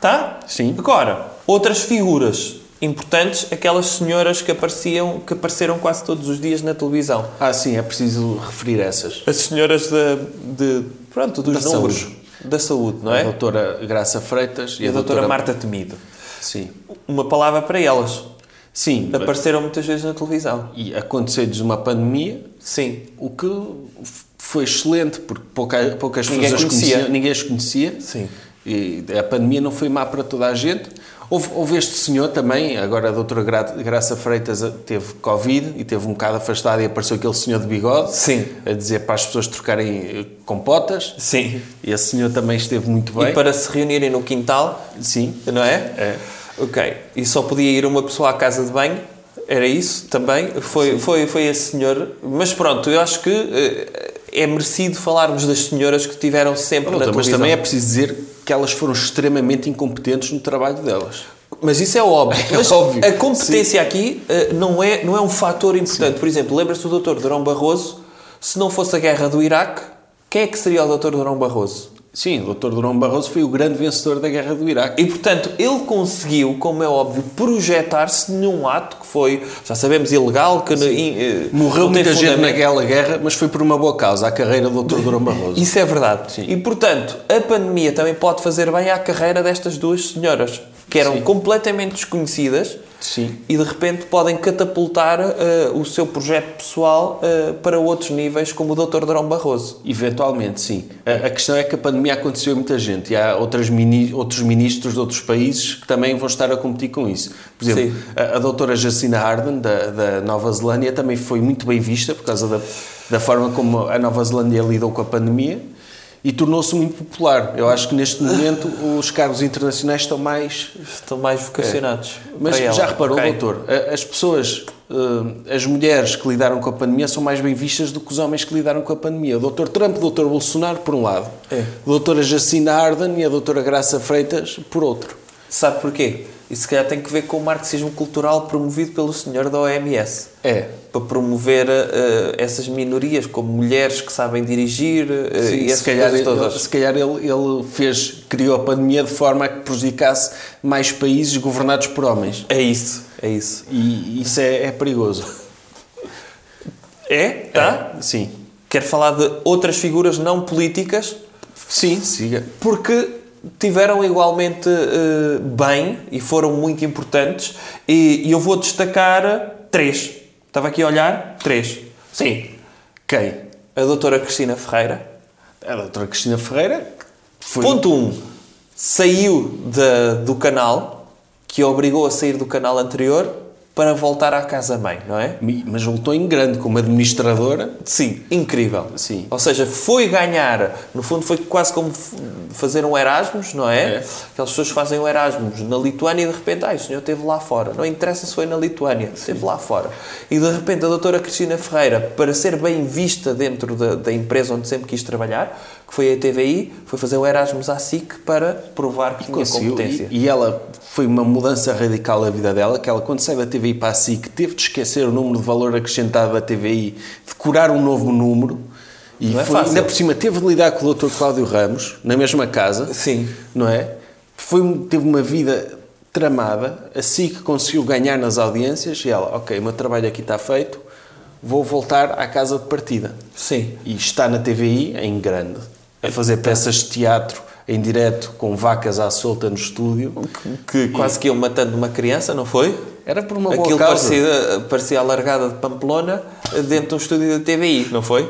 Speaker 2: Tá?
Speaker 1: Sim.
Speaker 2: Agora, outras figuras importantes, aquelas senhoras que apareciam, que apareceram quase todos os dias na televisão.
Speaker 1: Ah, sim, é preciso referir essas.
Speaker 2: As senhoras da, de, pronto, dos
Speaker 1: Da
Speaker 2: números.
Speaker 1: saúde.
Speaker 2: Da saúde, não é?
Speaker 1: A doutora Graça Freitas e,
Speaker 2: E a doutora Marta Temido.
Speaker 1: Sim.
Speaker 2: Uma palavra para elas.
Speaker 1: Sim,
Speaker 2: Apareceram muitas vezes na televisão.
Speaker 1: e aconteceu-lhes uma pandemia
Speaker 2: Sim.
Speaker 1: O que f- foi excelente, porque pouca- poucas
Speaker 2: Ninguém
Speaker 1: pessoas as
Speaker 2: conhecia.
Speaker 1: conheciam, ninguém as conhecia.
Speaker 2: Sim.
Speaker 1: E a pandemia não foi má para toda a gente. Houve, houve este senhor também, agora a doutora Gra- Graça Freitas a- teve Covid e teve um bocado afastada e apareceu aquele senhor de bigode
Speaker 2: Sim.
Speaker 1: a dizer para as pessoas trocarem eh, compotas.
Speaker 2: Sim.
Speaker 1: Esse senhor também esteve muito bem.
Speaker 2: E para se reunirem no quintal,
Speaker 1: Sim.
Speaker 2: não é?
Speaker 1: É.
Speaker 2: Ok. E só podia ir uma pessoa à casa de banho. Era isso também. Foi, foi, foi esse senhor. Mas pronto, eu acho que eh, é merecido falarmos das senhoras que tiveram sempre na
Speaker 1: mas
Speaker 2: televisão.
Speaker 1: também é preciso dizer que elas foram extremamente incompetentes no trabalho delas.
Speaker 2: Mas isso é óbvio.
Speaker 1: [laughs] É
Speaker 2: Mas
Speaker 1: óbvio,
Speaker 2: a competência aqui eh, não é, não é um fator importante. Por exemplo, lembra-se do Dr. Durão Barroso? Se não fosse a guerra do Iraque, quem é que seria o Dr. Durão Barroso?
Speaker 1: Sim, o Dr. Durão Barroso foi o grande vencedor da guerra do Iraque.
Speaker 2: E, portanto, ele conseguiu, como é óbvio, projetar-se num ato que foi, já sabemos, ilegal, que... não- in- eh,
Speaker 1: Morreu
Speaker 2: não tem
Speaker 1: muita gente
Speaker 2: fundamento.
Speaker 1: naquela guerra, mas foi por uma boa causa, a carreira do Dr. Durão Barroso.
Speaker 2: Isso é verdade. E, portanto, a pandemia também pode fazer bem à carreira destas duas senhoras, que eram completamente desconhecidas
Speaker 1: Sim.
Speaker 2: e, de repente, podem catapultar eh, o seu projeto pessoal eh, para outros níveis, como o Dr. Drão Barroso.
Speaker 1: Eventualmente, sim. A, a questão é que a pandemia aconteceu a muita gente e há outras mini- outros ministros de outros países que também vão estar a competir com isso. Por exemplo,
Speaker 2: Sim.
Speaker 1: a, a doutora Jacinda Ardern, da, da Nova Zelândia, também foi muito bem vista por causa da, da forma como a Nova Zelândia lidou com a pandemia e tornou-se muito popular. Eu acho que neste momento os cargos internacionais estão mais
Speaker 2: Estão mais vocacionados.
Speaker 1: Mas
Speaker 2: para ela.
Speaker 1: já reparou,
Speaker 2: Ok.
Speaker 1: doutor, a- as pessoas, eh, as mulheres que lidaram com a pandemia são mais bem vistas do que os homens que lidaram com a pandemia. O doutor Trump, o doutor Bolsonaro, por um lado.
Speaker 2: É.
Speaker 1: A doutora Jacinda Ardern e a doutora Graça Freitas, por outro.
Speaker 2: Sabe porquê? Isso, se calhar, tem que ver com o marxismo cultural promovido pelo senhor da OMS.
Speaker 1: É.
Speaker 2: Para promover eh, essas minorias, como mulheres que sabem dirigir eh, e
Speaker 1: E
Speaker 2: essas
Speaker 1: se calhar,
Speaker 2: coisas todas.
Speaker 1: ele, se calhar ele, ele fez, criou a pandemia de forma a que prejudicasse mais países governados por homens.
Speaker 2: É isso, é isso.
Speaker 1: E isso é, é perigoso.
Speaker 2: É? Tá?
Speaker 1: Sim.
Speaker 2: Quero falar de outras figuras não políticas
Speaker 1: Sim, siga.
Speaker 2: porque tiveram igualmente eh, bem e foram muito importantes e, e eu vou destacar três. Estava aqui a olhar, três. Sim.
Speaker 1: Quem?
Speaker 2: A doutora Cristina Ferreira.
Speaker 1: A doutora Cristina Ferreira. que Foi
Speaker 2: Ponto 1. Um, saiu da- do canal, que a obrigou a sair do canal anterior para voltar à casa-mãe, não é?
Speaker 1: Mas voltou em grande como administradora.
Speaker 2: Sim, incrível.
Speaker 1: Sim.
Speaker 2: Ou seja, foi ganhar, no fundo foi quase como f- fazer um Erasmus, não é?
Speaker 1: É.
Speaker 2: Aquelas pessoas que fazem um Erasmus na Lituânia e de repente, ah, o senhor esteve lá fora. Não interessa se foi na Lituânia, esteve lá fora. E de repente a doutora Cristina Ferreira, para ser bem vista dentro da, da empresa onde sempre quis trabalhar, que foi a TVI, foi fazer o Erasmus à SIC para provar que tinha
Speaker 1: Conseguiu.
Speaker 2: competência.
Speaker 1: E, e ela foi uma mudança radical na vida dela, que ela quando saiu da TVI para a SIC teve de esquecer o número de valor acrescentado da TVI, decorar um novo número. E
Speaker 2: Não é
Speaker 1: foi,
Speaker 2: fácil.
Speaker 1: ainda por cima teve de lidar com o Dr. Cláudio Ramos, na mesma casa.
Speaker 2: Sim.
Speaker 1: Não é? Foi, um- teve uma vida tramada, a SIC conseguiu ganhar nas audiências e ela, ok, o meu trabalho aqui está feito, vou voltar à casa de partida.
Speaker 2: Sim.
Speaker 1: E está na TVI em grande, a fazer peças de teatro em direto com vacas à solta no estúdio.
Speaker 2: Que quase que eu matando uma criança, não foi?
Speaker 1: Era por uma boa
Speaker 2: Aquilo
Speaker 1: causa. [laughs]
Speaker 2: parecia, parecia a largada de Pamplona dentro de um estúdio da TVI,
Speaker 1: [laughs]
Speaker 2: não foi?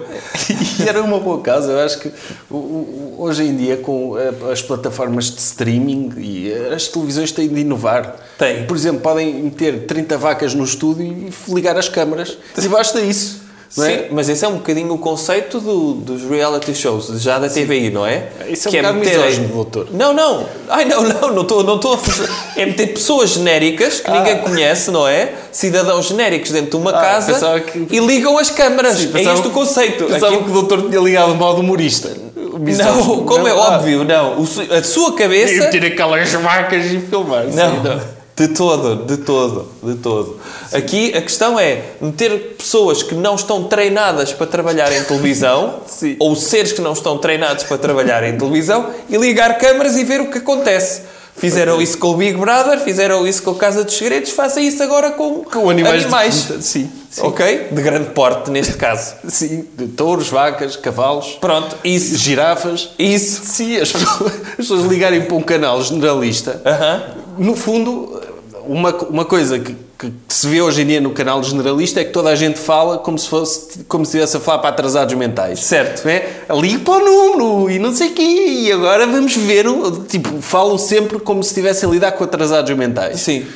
Speaker 1: E era uma boa causa. Eu acho que o- o- hoje em dia, com eh, as plataformas de streaming, e eh, as televisões têm de inovar.
Speaker 2: Têm.
Speaker 1: Por exemplo, podem meter 30 vacas no estúdio e ligar as câmaras. E basta isso. Não é?
Speaker 2: Sim, mas esse é um bocadinho o conceito do- dos reality shows, já da TVI, não é?
Speaker 1: Isso é um
Speaker 2: que
Speaker 1: bocado
Speaker 2: meter-
Speaker 1: misógino, doutor.
Speaker 2: Não, não. Ai, não, não, não estou não estou a fazer. É meter pessoas genéricas
Speaker 1: Ah.
Speaker 2: que ninguém conhece, não é? Cidadãos genéricos dentro de uma casa
Speaker 1: pensava que-
Speaker 2: e ligam as câmaras.
Speaker 1: Sim,
Speaker 2: é
Speaker 1: pensava-
Speaker 2: este o conceito.
Speaker 1: Pensava
Speaker 2: Aquilo-
Speaker 1: que o doutor tinha ligado de modo humorista.
Speaker 2: Não, como é
Speaker 1: Ah,
Speaker 2: óbvio, não. O su- a sua cabeça
Speaker 1: Eu tiro aquelas vacas e filmar. sim,
Speaker 2: Não, de todo, de todo, de todo. Aqui a questão é meter pessoas que não estão treinadas para trabalhar em televisão,
Speaker 1: [laughs] Sim.
Speaker 2: ou seres que não estão treinados para trabalhar em televisão, e ligar câmaras e ver o que acontece. Fizeram isso com o Big Brother, fizeram isso com a Casa dos Segredos, façam isso agora com,
Speaker 1: Com animais. de quinta, sim.
Speaker 2: Ok? De grande porte, neste caso.
Speaker 1: Sim, de touros, vacas, cavalos,
Speaker 2: Pronto, isso.
Speaker 1: girafas.
Speaker 2: Isso.
Speaker 1: Se as pessoas, as pessoas ligarem para um canal generalista,
Speaker 2: Aham.
Speaker 1: no fundo, uma, co- uma coisa que, que- que se vê hoje em dia no canal generalista é que toda a gente fala como se fosse como se estivesse a falar para atrasados mentais.
Speaker 2: Certo.
Speaker 1: Não é? Ligue para o número e não sei o quê, e agora vamos ver. o- Tipo, falam sempre como se estivessem a lidar com atrasados mentais.
Speaker 2: Sim.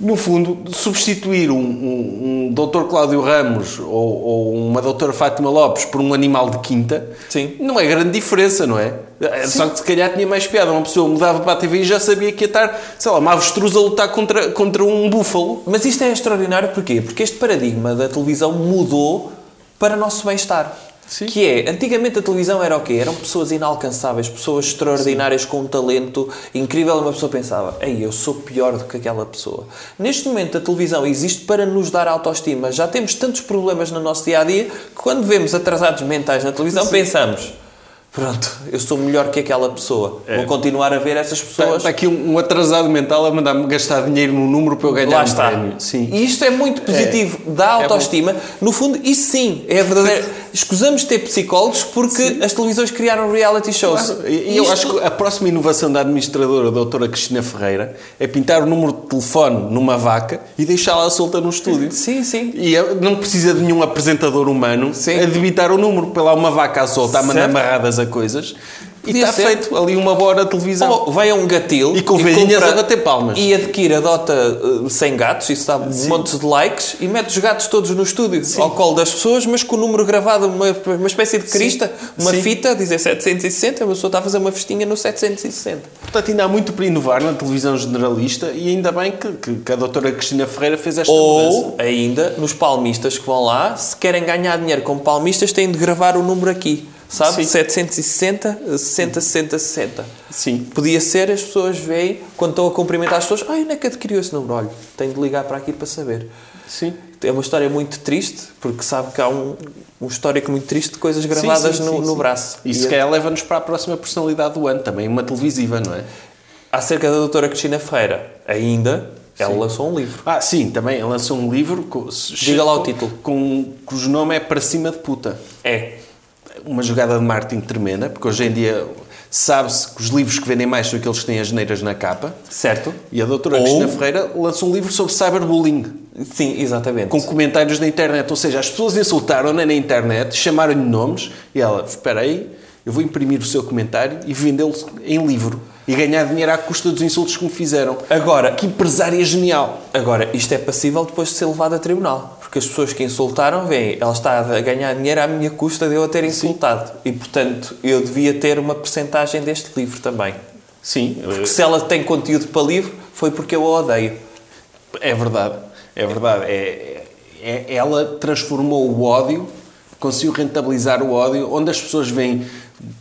Speaker 1: no fundo, substituir um, um, um Dr. Cláudio Ramos ou, ou uma Doutora Fátima Lopes por um animal de quinta
Speaker 2: Sim.
Speaker 1: não é grande diferença, não é? É, Só que se calhar tinha mais piada. Uma pessoa mudava para a TV e já sabia que ia estar, sei lá, uma avestruz a lutar contra, contra um búfalo.
Speaker 2: Mas isto é extraordinário porquê? Porque este paradigma da televisão mudou para o nosso bem-estar.
Speaker 1: Sim.
Speaker 2: Que é, antigamente a televisão era o quê? Eram pessoas inalcançáveis, pessoas extraordinárias com um talento incrível. Uma pessoa pensava, ei, eu sou pior do que aquela pessoa. Neste momento a televisão existe para nos dar autoestima. Já temos tantos problemas no nosso dia a dia que quando vemos atrasados mentais na televisão pensamos, pronto, eu sou melhor que aquela pessoa. Vou continuar a ver essas
Speaker 1: Está,
Speaker 2: pessoas.
Speaker 1: está aqui um, um atrasado mental a mandar-me gastar dinheiro num número para eu ganhar
Speaker 2: Lá
Speaker 1: um
Speaker 2: está.
Speaker 1: prémio. Sim. É
Speaker 2: E isto é muito positivo, dá autoestima. no fundo, isso sim é verdadeiro. Escusamos de ter psicólogos porque as televisões criaram reality shows.
Speaker 1: Claro, e eu
Speaker 2: Isto-
Speaker 1: acho que a próxima inovação da administradora, a doutora Cristina Ferreira, é pintar o número de telefone numa vaca e deixá-la solta no estúdio.
Speaker 2: Sim, sim.
Speaker 1: E é- não precisa de nenhum apresentador humano
Speaker 2: Sim.
Speaker 1: a debitar o número. Pela uma vaca à solta, a mandar
Speaker 2: Certo.
Speaker 1: amarradas a coisas.
Speaker 2: Podia
Speaker 1: e está
Speaker 2: ser.
Speaker 1: feito ali uma boa televisão.
Speaker 2: Ou vai a um gatil
Speaker 1: Então, E com velhinhas
Speaker 2: compra-
Speaker 1: a bater palmas.
Speaker 2: E adquire, adota eh, 100 gatos, isso dá montes de likes, e mete os gatos todos no estúdio, ao colo das pessoas, mas com o número gravado, uma, uma espécie de crista, uma
Speaker 1: Sim.
Speaker 2: fita, dizer 760, a pessoa está a fazer uma festinha no 760.
Speaker 1: Oh, Portanto, ainda há muito para inovar na televisão generalista e ainda bem que, que, que a doutora Cristina Ferreira fez esta mudança.
Speaker 2: Ou ainda nos palmistas que vão lá, se querem ganhar dinheiro como palmistas, têm de gravar o número aqui, sabe?
Speaker 1: Sim.
Speaker 2: 760, 60, 60, 60.
Speaker 1: Sim.
Speaker 2: Podia ser, as pessoas veem, quando estão a cumprimentar as pessoas, ai, onde é que adquiriu esse número? Olha, tenho de ligar para aqui para saber.
Speaker 1: Sim.
Speaker 2: É uma história muito triste, porque sabe que há um, um histórico muito triste de coisas gravadas
Speaker 1: sim,
Speaker 2: no,
Speaker 1: sim,
Speaker 2: no
Speaker 1: sim.
Speaker 2: braço.
Speaker 1: E é.
Speaker 2: E é
Speaker 1: se calhar leva-nos para a próxima personalidade do ano, também uma televisiva, não é?
Speaker 2: Acerca da doutora Cristina Ferreira, ainda, ela lançou um livro.
Speaker 1: Ah, sim, também ela lançou um livro. Com, se-
Speaker 2: Diga lá o
Speaker 1: com-
Speaker 2: título.
Speaker 1: Com, cujo nome é Para Cima de Puta.
Speaker 2: É.
Speaker 1: Uma jogada de marketing tremenda, porque hoje em dia sabe-se que os livros que vendem mais são aqueles que têm as neiras na capa.
Speaker 2: Certo?
Speaker 1: E a doutora
Speaker 2: Ou-
Speaker 1: Cristina Ferreira lançou um livro sobre cyberbullying.
Speaker 2: Sim, exatamente.
Speaker 1: com comentários na internet. Ou seja, as pessoas insultaram-na na internet, chamaram-lhe nomes e ela, espera aí, eu vou imprimir o seu comentário e vendê-lo em livro e ganhar dinheiro à custa dos insultos que me fizeram.
Speaker 2: Agora,
Speaker 1: Que empresária genial!
Speaker 2: Agora, isto é passível depois de ser levado a tribunal, porque as pessoas que insultaram veem, ela está a ganhar dinheiro à minha custa de eu a ter insultado. E, portanto, eu devia ter uma percentagem deste livro também.
Speaker 1: Sim,
Speaker 2: Porque se ela tem conteúdo para livro, foi porque eu a odeio.
Speaker 1: é verdade. É verdade. É, é- ela transformou o ódio, conseguiu rentabilizar o ódio, onde as pessoas veem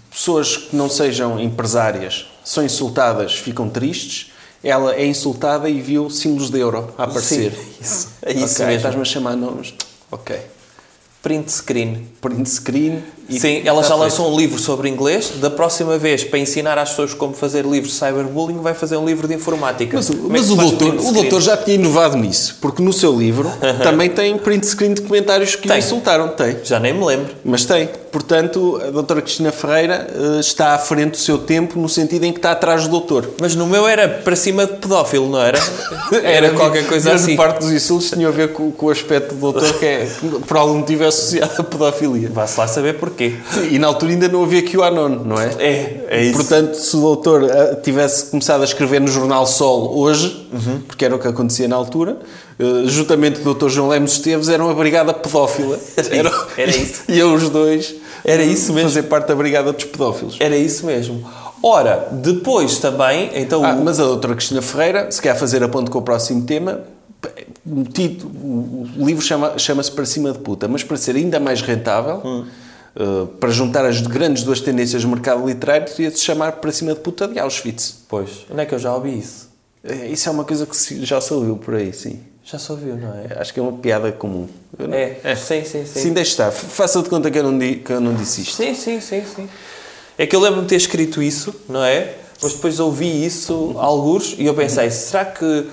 Speaker 1: pessoas que não sejam empresárias, são insultadas, ficam tristes. Ela é insultada e viu símbolos de euro a aparecer.
Speaker 2: Sim, [laughs] isso, é isso
Speaker 1: Ok,
Speaker 2: mesmo.
Speaker 1: estás-me a chamar nomes. Ok.
Speaker 2: Print screen.
Speaker 1: Print screen. e
Speaker 2: Sim, ela
Speaker 1: está feito.
Speaker 2: já lançou um livro sobre inglês. Da próxima vez, para ensinar às pessoas como fazer livros de cyberbullying, vai fazer um livro de informática.
Speaker 1: Mas, o-
Speaker 2: Como é que
Speaker 1: mas
Speaker 2: se
Speaker 1: o,
Speaker 2: faz
Speaker 1: doutor,
Speaker 2: print
Speaker 1: o
Speaker 2: screen?
Speaker 1: doutor já tinha inovado nisso, porque no seu
Speaker 2: [laughs]
Speaker 1: livro também tem print screen de comentários que o
Speaker 2: Tem.
Speaker 1: insultaram. Tem.
Speaker 2: Já nem me lembro.
Speaker 1: Mas tem. Portanto, a doutora Cristina Ferreira eh, está à frente do seu tempo no sentido em que está atrás do doutor.
Speaker 2: Mas no meu era para cima de pedófilo, não
Speaker 1: [laughs]
Speaker 2: era? Era qualquer coisa
Speaker 1: grande
Speaker 2: assim.
Speaker 1: parte dos insultos tinha a ver com, com o aspecto do doutor que, é, que por algum motivo é associado à pedofilia.
Speaker 2: Vá-se lá saber porquê.
Speaker 1: E na altura ainda não havia QAnon, não é?
Speaker 2: É, é isso.
Speaker 1: Portanto, se o doutor ah, tivesse começado a escrever no jornal Sol hoje, porque era o que acontecia na altura, eh, juntamente com o doutor João Lemos Esteves, era uma brigada pedófila.
Speaker 2: Era isso, [laughs] era isso.
Speaker 1: E eu os dois
Speaker 2: Era isso mesmo.
Speaker 1: fazer parte da brigada dos pedófilos.
Speaker 2: Era isso mesmo. Ora, depois também, então
Speaker 1: Ah,
Speaker 2: o-
Speaker 1: mas a doutora Cristina Ferreira, se quer fazer a ponto com o próximo tema, o, título, o o livro chama- chama-se Para Cima de Puta, mas para ser ainda mais rentável, eh, para juntar as grandes duas tendências do mercado literário, teria-se chamar Para Cima de Puta de Auschwitz.
Speaker 2: Pois, onde é que eu já ouvi isso?
Speaker 1: Eh, Isso é uma coisa que se- já se ouviu por aí, sim.
Speaker 2: Já se ouviu, não é?
Speaker 1: Acho que é uma piada comum. Eu não-
Speaker 2: É, sim, sim, sim.
Speaker 1: Sim, deixa estar. Faça de conta que eu não, di- que eu não disse isto.
Speaker 2: Sim, sim, sim, sim. É que eu lembro-me de ter escrito isso, não é? Mas depois ouvi isso alguns e eu pensei, será que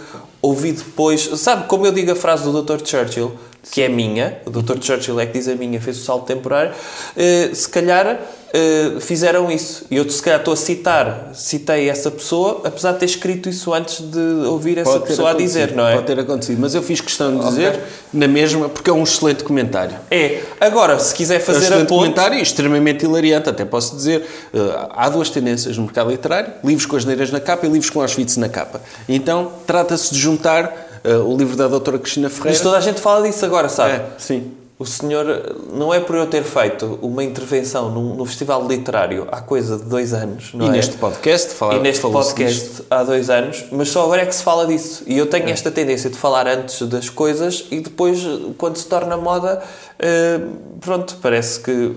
Speaker 2: ouvi depois... Sabe, como eu digo a frase do Dr. Churchill, que é minha, o Dr. Churchill é que diz a minha, fez o salto temporário, eh, se calhar eh, fizeram isso. E eu se calhar estou a citar, citei essa pessoa, apesar de ter escrito isso antes de ouvir essa
Speaker 1: Pode ter
Speaker 2: pessoa a dizer,
Speaker 1: acontecido,
Speaker 2: não é?
Speaker 1: Pode ter acontecido, mas eu fiz questão de dizer na mesma, porque é um excelente comentário.
Speaker 2: É. Agora, se quiser fazer
Speaker 1: é um
Speaker 2: a ponte...
Speaker 1: comentário e extremamente hilariante, até posso dizer. Eh, há duas tendências no mercado literário: livros com as neiras na capa e livros com Auschwitz na capa. Então, trata-se de juntar eh, o livro da doutora Cristina Ferreira.
Speaker 2: Mas toda a gente fala disso agora, sabe?
Speaker 1: É, sim.
Speaker 2: O senhor, não é por eu ter feito uma intervenção num- no festival literário há coisa de dois anos, não
Speaker 1: E
Speaker 2: é?
Speaker 1: neste podcast fala,
Speaker 2: e neste
Speaker 1: falou-se
Speaker 2: podcast
Speaker 1: disto. É.
Speaker 2: há dois anos, mas só agora é que se fala disso. E eu tenho esta tendência de falar antes das coisas e depois, quando se torna moda, eh, pronto, parece que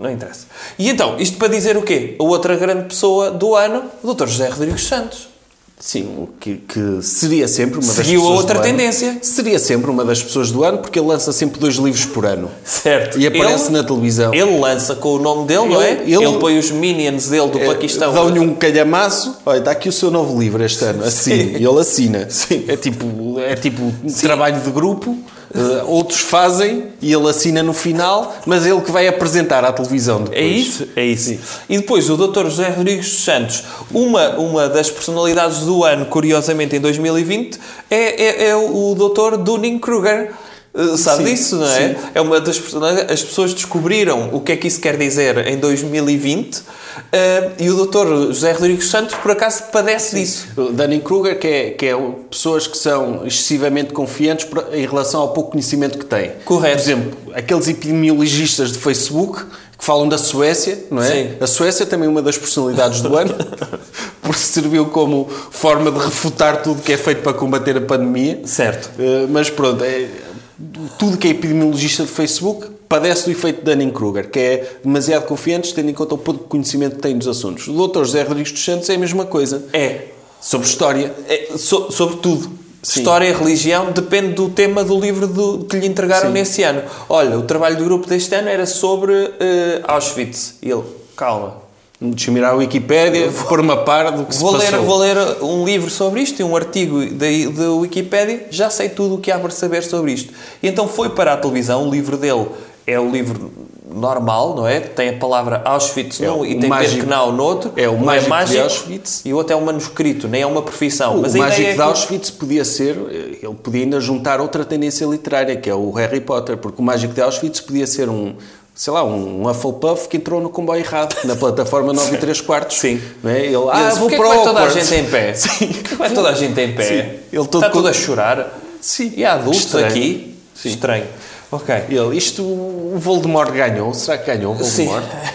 Speaker 2: não interessa. E então, isto para dizer o quê? A outra grande pessoa do ano, o Dr. José Rodrigues Santos.
Speaker 1: Sim, o que, que seria sempre uma das
Speaker 2: Seguiu a
Speaker 1: pessoas
Speaker 2: outra
Speaker 1: do ano.
Speaker 2: tendência.
Speaker 1: Seria sempre uma das pessoas do ano, porque ele lança sempre dois livros por ano.
Speaker 2: Certo.
Speaker 1: E aparece
Speaker 2: Ele-
Speaker 1: na televisão.
Speaker 2: Ele lança com o nome dele, não é?
Speaker 1: Ele-
Speaker 2: Ele,
Speaker 1: ele-
Speaker 2: põe os minions dele do
Speaker 1: É,
Speaker 2: Paquistão.
Speaker 1: Dão-lhe um calhamaço. Olha, está aqui o seu novo livro este ano. Assine. E ele assina. É tipo, é tipo um trabalho de grupo. eh, outros fazem e ele assina no final, mas é ele que vai apresentar à televisão depois.
Speaker 2: É isso? É isso. E depois o Dr. José Rodrigues dos Santos, uma, uma das personalidades do ano, curiosamente, em 2020, é, é, é o Dr. Dunning Kruger. Eh, Sabe
Speaker 1: Sim,
Speaker 2: disso, não é?
Speaker 1: sim.
Speaker 2: É uma das personalidades. As pessoas descobriram o que é que isso quer dizer em 2020 eh, e o Dr. José Rodrigues dos Santos, por acaso, padece disso.
Speaker 1: Danny Kruger, que é, que é o- pessoas que são excessivamente confiantes pra- em relação ao pouco conhecimento que têm.
Speaker 2: Correto.
Speaker 1: Por exemplo, aqueles epidemiologistas de Facebook que falam da Suécia, não é?
Speaker 2: Sim.
Speaker 1: A Suécia é também uma das personalidades do
Speaker 2: [laughs]
Speaker 1: ano, [laughs] porque serviu como forma de refutar tudo que é feito para combater a pandemia.
Speaker 2: Certo.
Speaker 1: Eh, mas pronto, é, tudo que é epidemiologista de Facebook padece do efeito de Dunning-Kruger, que é demasiado confiantes, tendo em conta o pouco conhecimento que tem dos assuntos. O Dr. José Rodrigues dos Santos é a mesma coisa.
Speaker 2: É.
Speaker 1: Sobre história.
Speaker 2: É, so- sobre tudo. História e religião depende do tema do livro do- que lhe entregaram nesse ano. Olha, o trabalho do grupo deste ano era sobre eh, Auschwitz. E ele, calma.
Speaker 1: Deixa-me ir à Wikipédia, pôr uma par do que se
Speaker 2: Vou ler,
Speaker 1: passou.
Speaker 2: vou ler um livro sobre isto e um artigo da, da Wikipédia, já sei tudo o que há para saber sobre isto. E então foi para a televisão, o livro dele é o livro normal, não é? Tem a palavra Auschwitz
Speaker 1: É,
Speaker 2: num
Speaker 1: o
Speaker 2: e tem
Speaker 1: mágico-
Speaker 2: Birkenau no outro.
Speaker 1: é, o
Speaker 2: Um
Speaker 1: mágico de Auschwitz.
Speaker 2: E o outro é um manuscrito, nem é uma profissão. Mas a
Speaker 1: o
Speaker 2: ideia
Speaker 1: Mágico
Speaker 2: é
Speaker 1: de
Speaker 2: que-
Speaker 1: Auschwitz podia ser, eh, ele podia ainda juntar outra tendência literária, que é o Harry Potter, porque o Mágico de Auschwitz podia ser um, sei lá, um Hufflepuff que entrou no comboio errado, na
Speaker 2: [laughs]
Speaker 1: plataforma 9 e 3 quartos.
Speaker 2: Sim.
Speaker 1: Não é? Ele, ah,
Speaker 2: Mas
Speaker 1: vou
Speaker 2: porquê
Speaker 1: para
Speaker 2: que vai toda a
Speaker 1: Hogwarts.
Speaker 2: gente em
Speaker 1: [laughs]
Speaker 2: pé?
Speaker 1: Sim.
Speaker 2: Porquê que [laughs] vai toda a gente em pé?
Speaker 1: Sim. Ele todo
Speaker 2: Está
Speaker 1: com-
Speaker 2: tudo a chorar?
Speaker 1: Sim.
Speaker 2: E há adultos
Speaker 1: Estranho.
Speaker 2: aqui? Estranho. Ok.
Speaker 1: Ele, isto o Voldemort ganhou, será que ganhou o Voldemort?
Speaker 2: é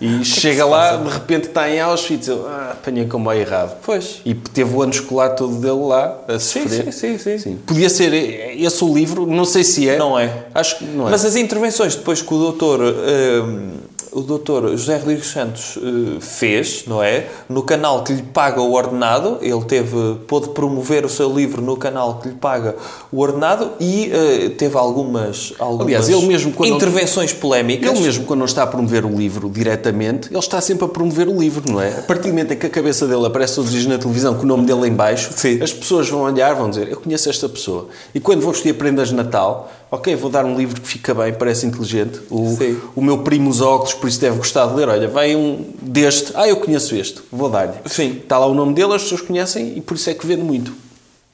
Speaker 1: E chega lá, de repente está em Auschwitz, ele, ah, apanhei o comboio errado.
Speaker 2: Pois.
Speaker 1: E teve o ano escolar todo dele lá a
Speaker 2: Sim,
Speaker 1: sofrer.
Speaker 2: sim, sim, sim.
Speaker 1: Sim. Podia ser eh, esse o livro, não sei se é.
Speaker 2: Não é.
Speaker 1: Acho que não é.
Speaker 2: Mas as intervenções depois que o doutor, hum, o doutor José Rodrigues Santos eh, fez, não é? No canal que lhe paga o ordenado, ele teve, pôde promover o seu livro no canal que lhe paga o ordenado e eh, teve algumas, algumas
Speaker 1: Aliás, ele mesmo quando-
Speaker 2: intervenções polémicas.
Speaker 1: Ele mesmo, quando não está a promover o livro diretamente, ele está sempre a promover o livro, não é? A partir do momento em que a cabeça dele aparece todos os dias na televisão com o nome dele em baixo,
Speaker 2: Sim.
Speaker 1: as pessoas vão olhar, vão dizer, eu conheço esta pessoa. E quando vou vestir prendas de Natal, ok, vou dar um livro que fica bem, parece inteligente. O,
Speaker 2: Sim.
Speaker 1: o meu primo usa óculos, por isso deve gostar de ler. Olha, vai um deste, ah, eu conheço este, vou dar-lhe.
Speaker 2: Sim.
Speaker 1: Está lá o nome dele, as pessoas conhecem e por isso é que vende muito.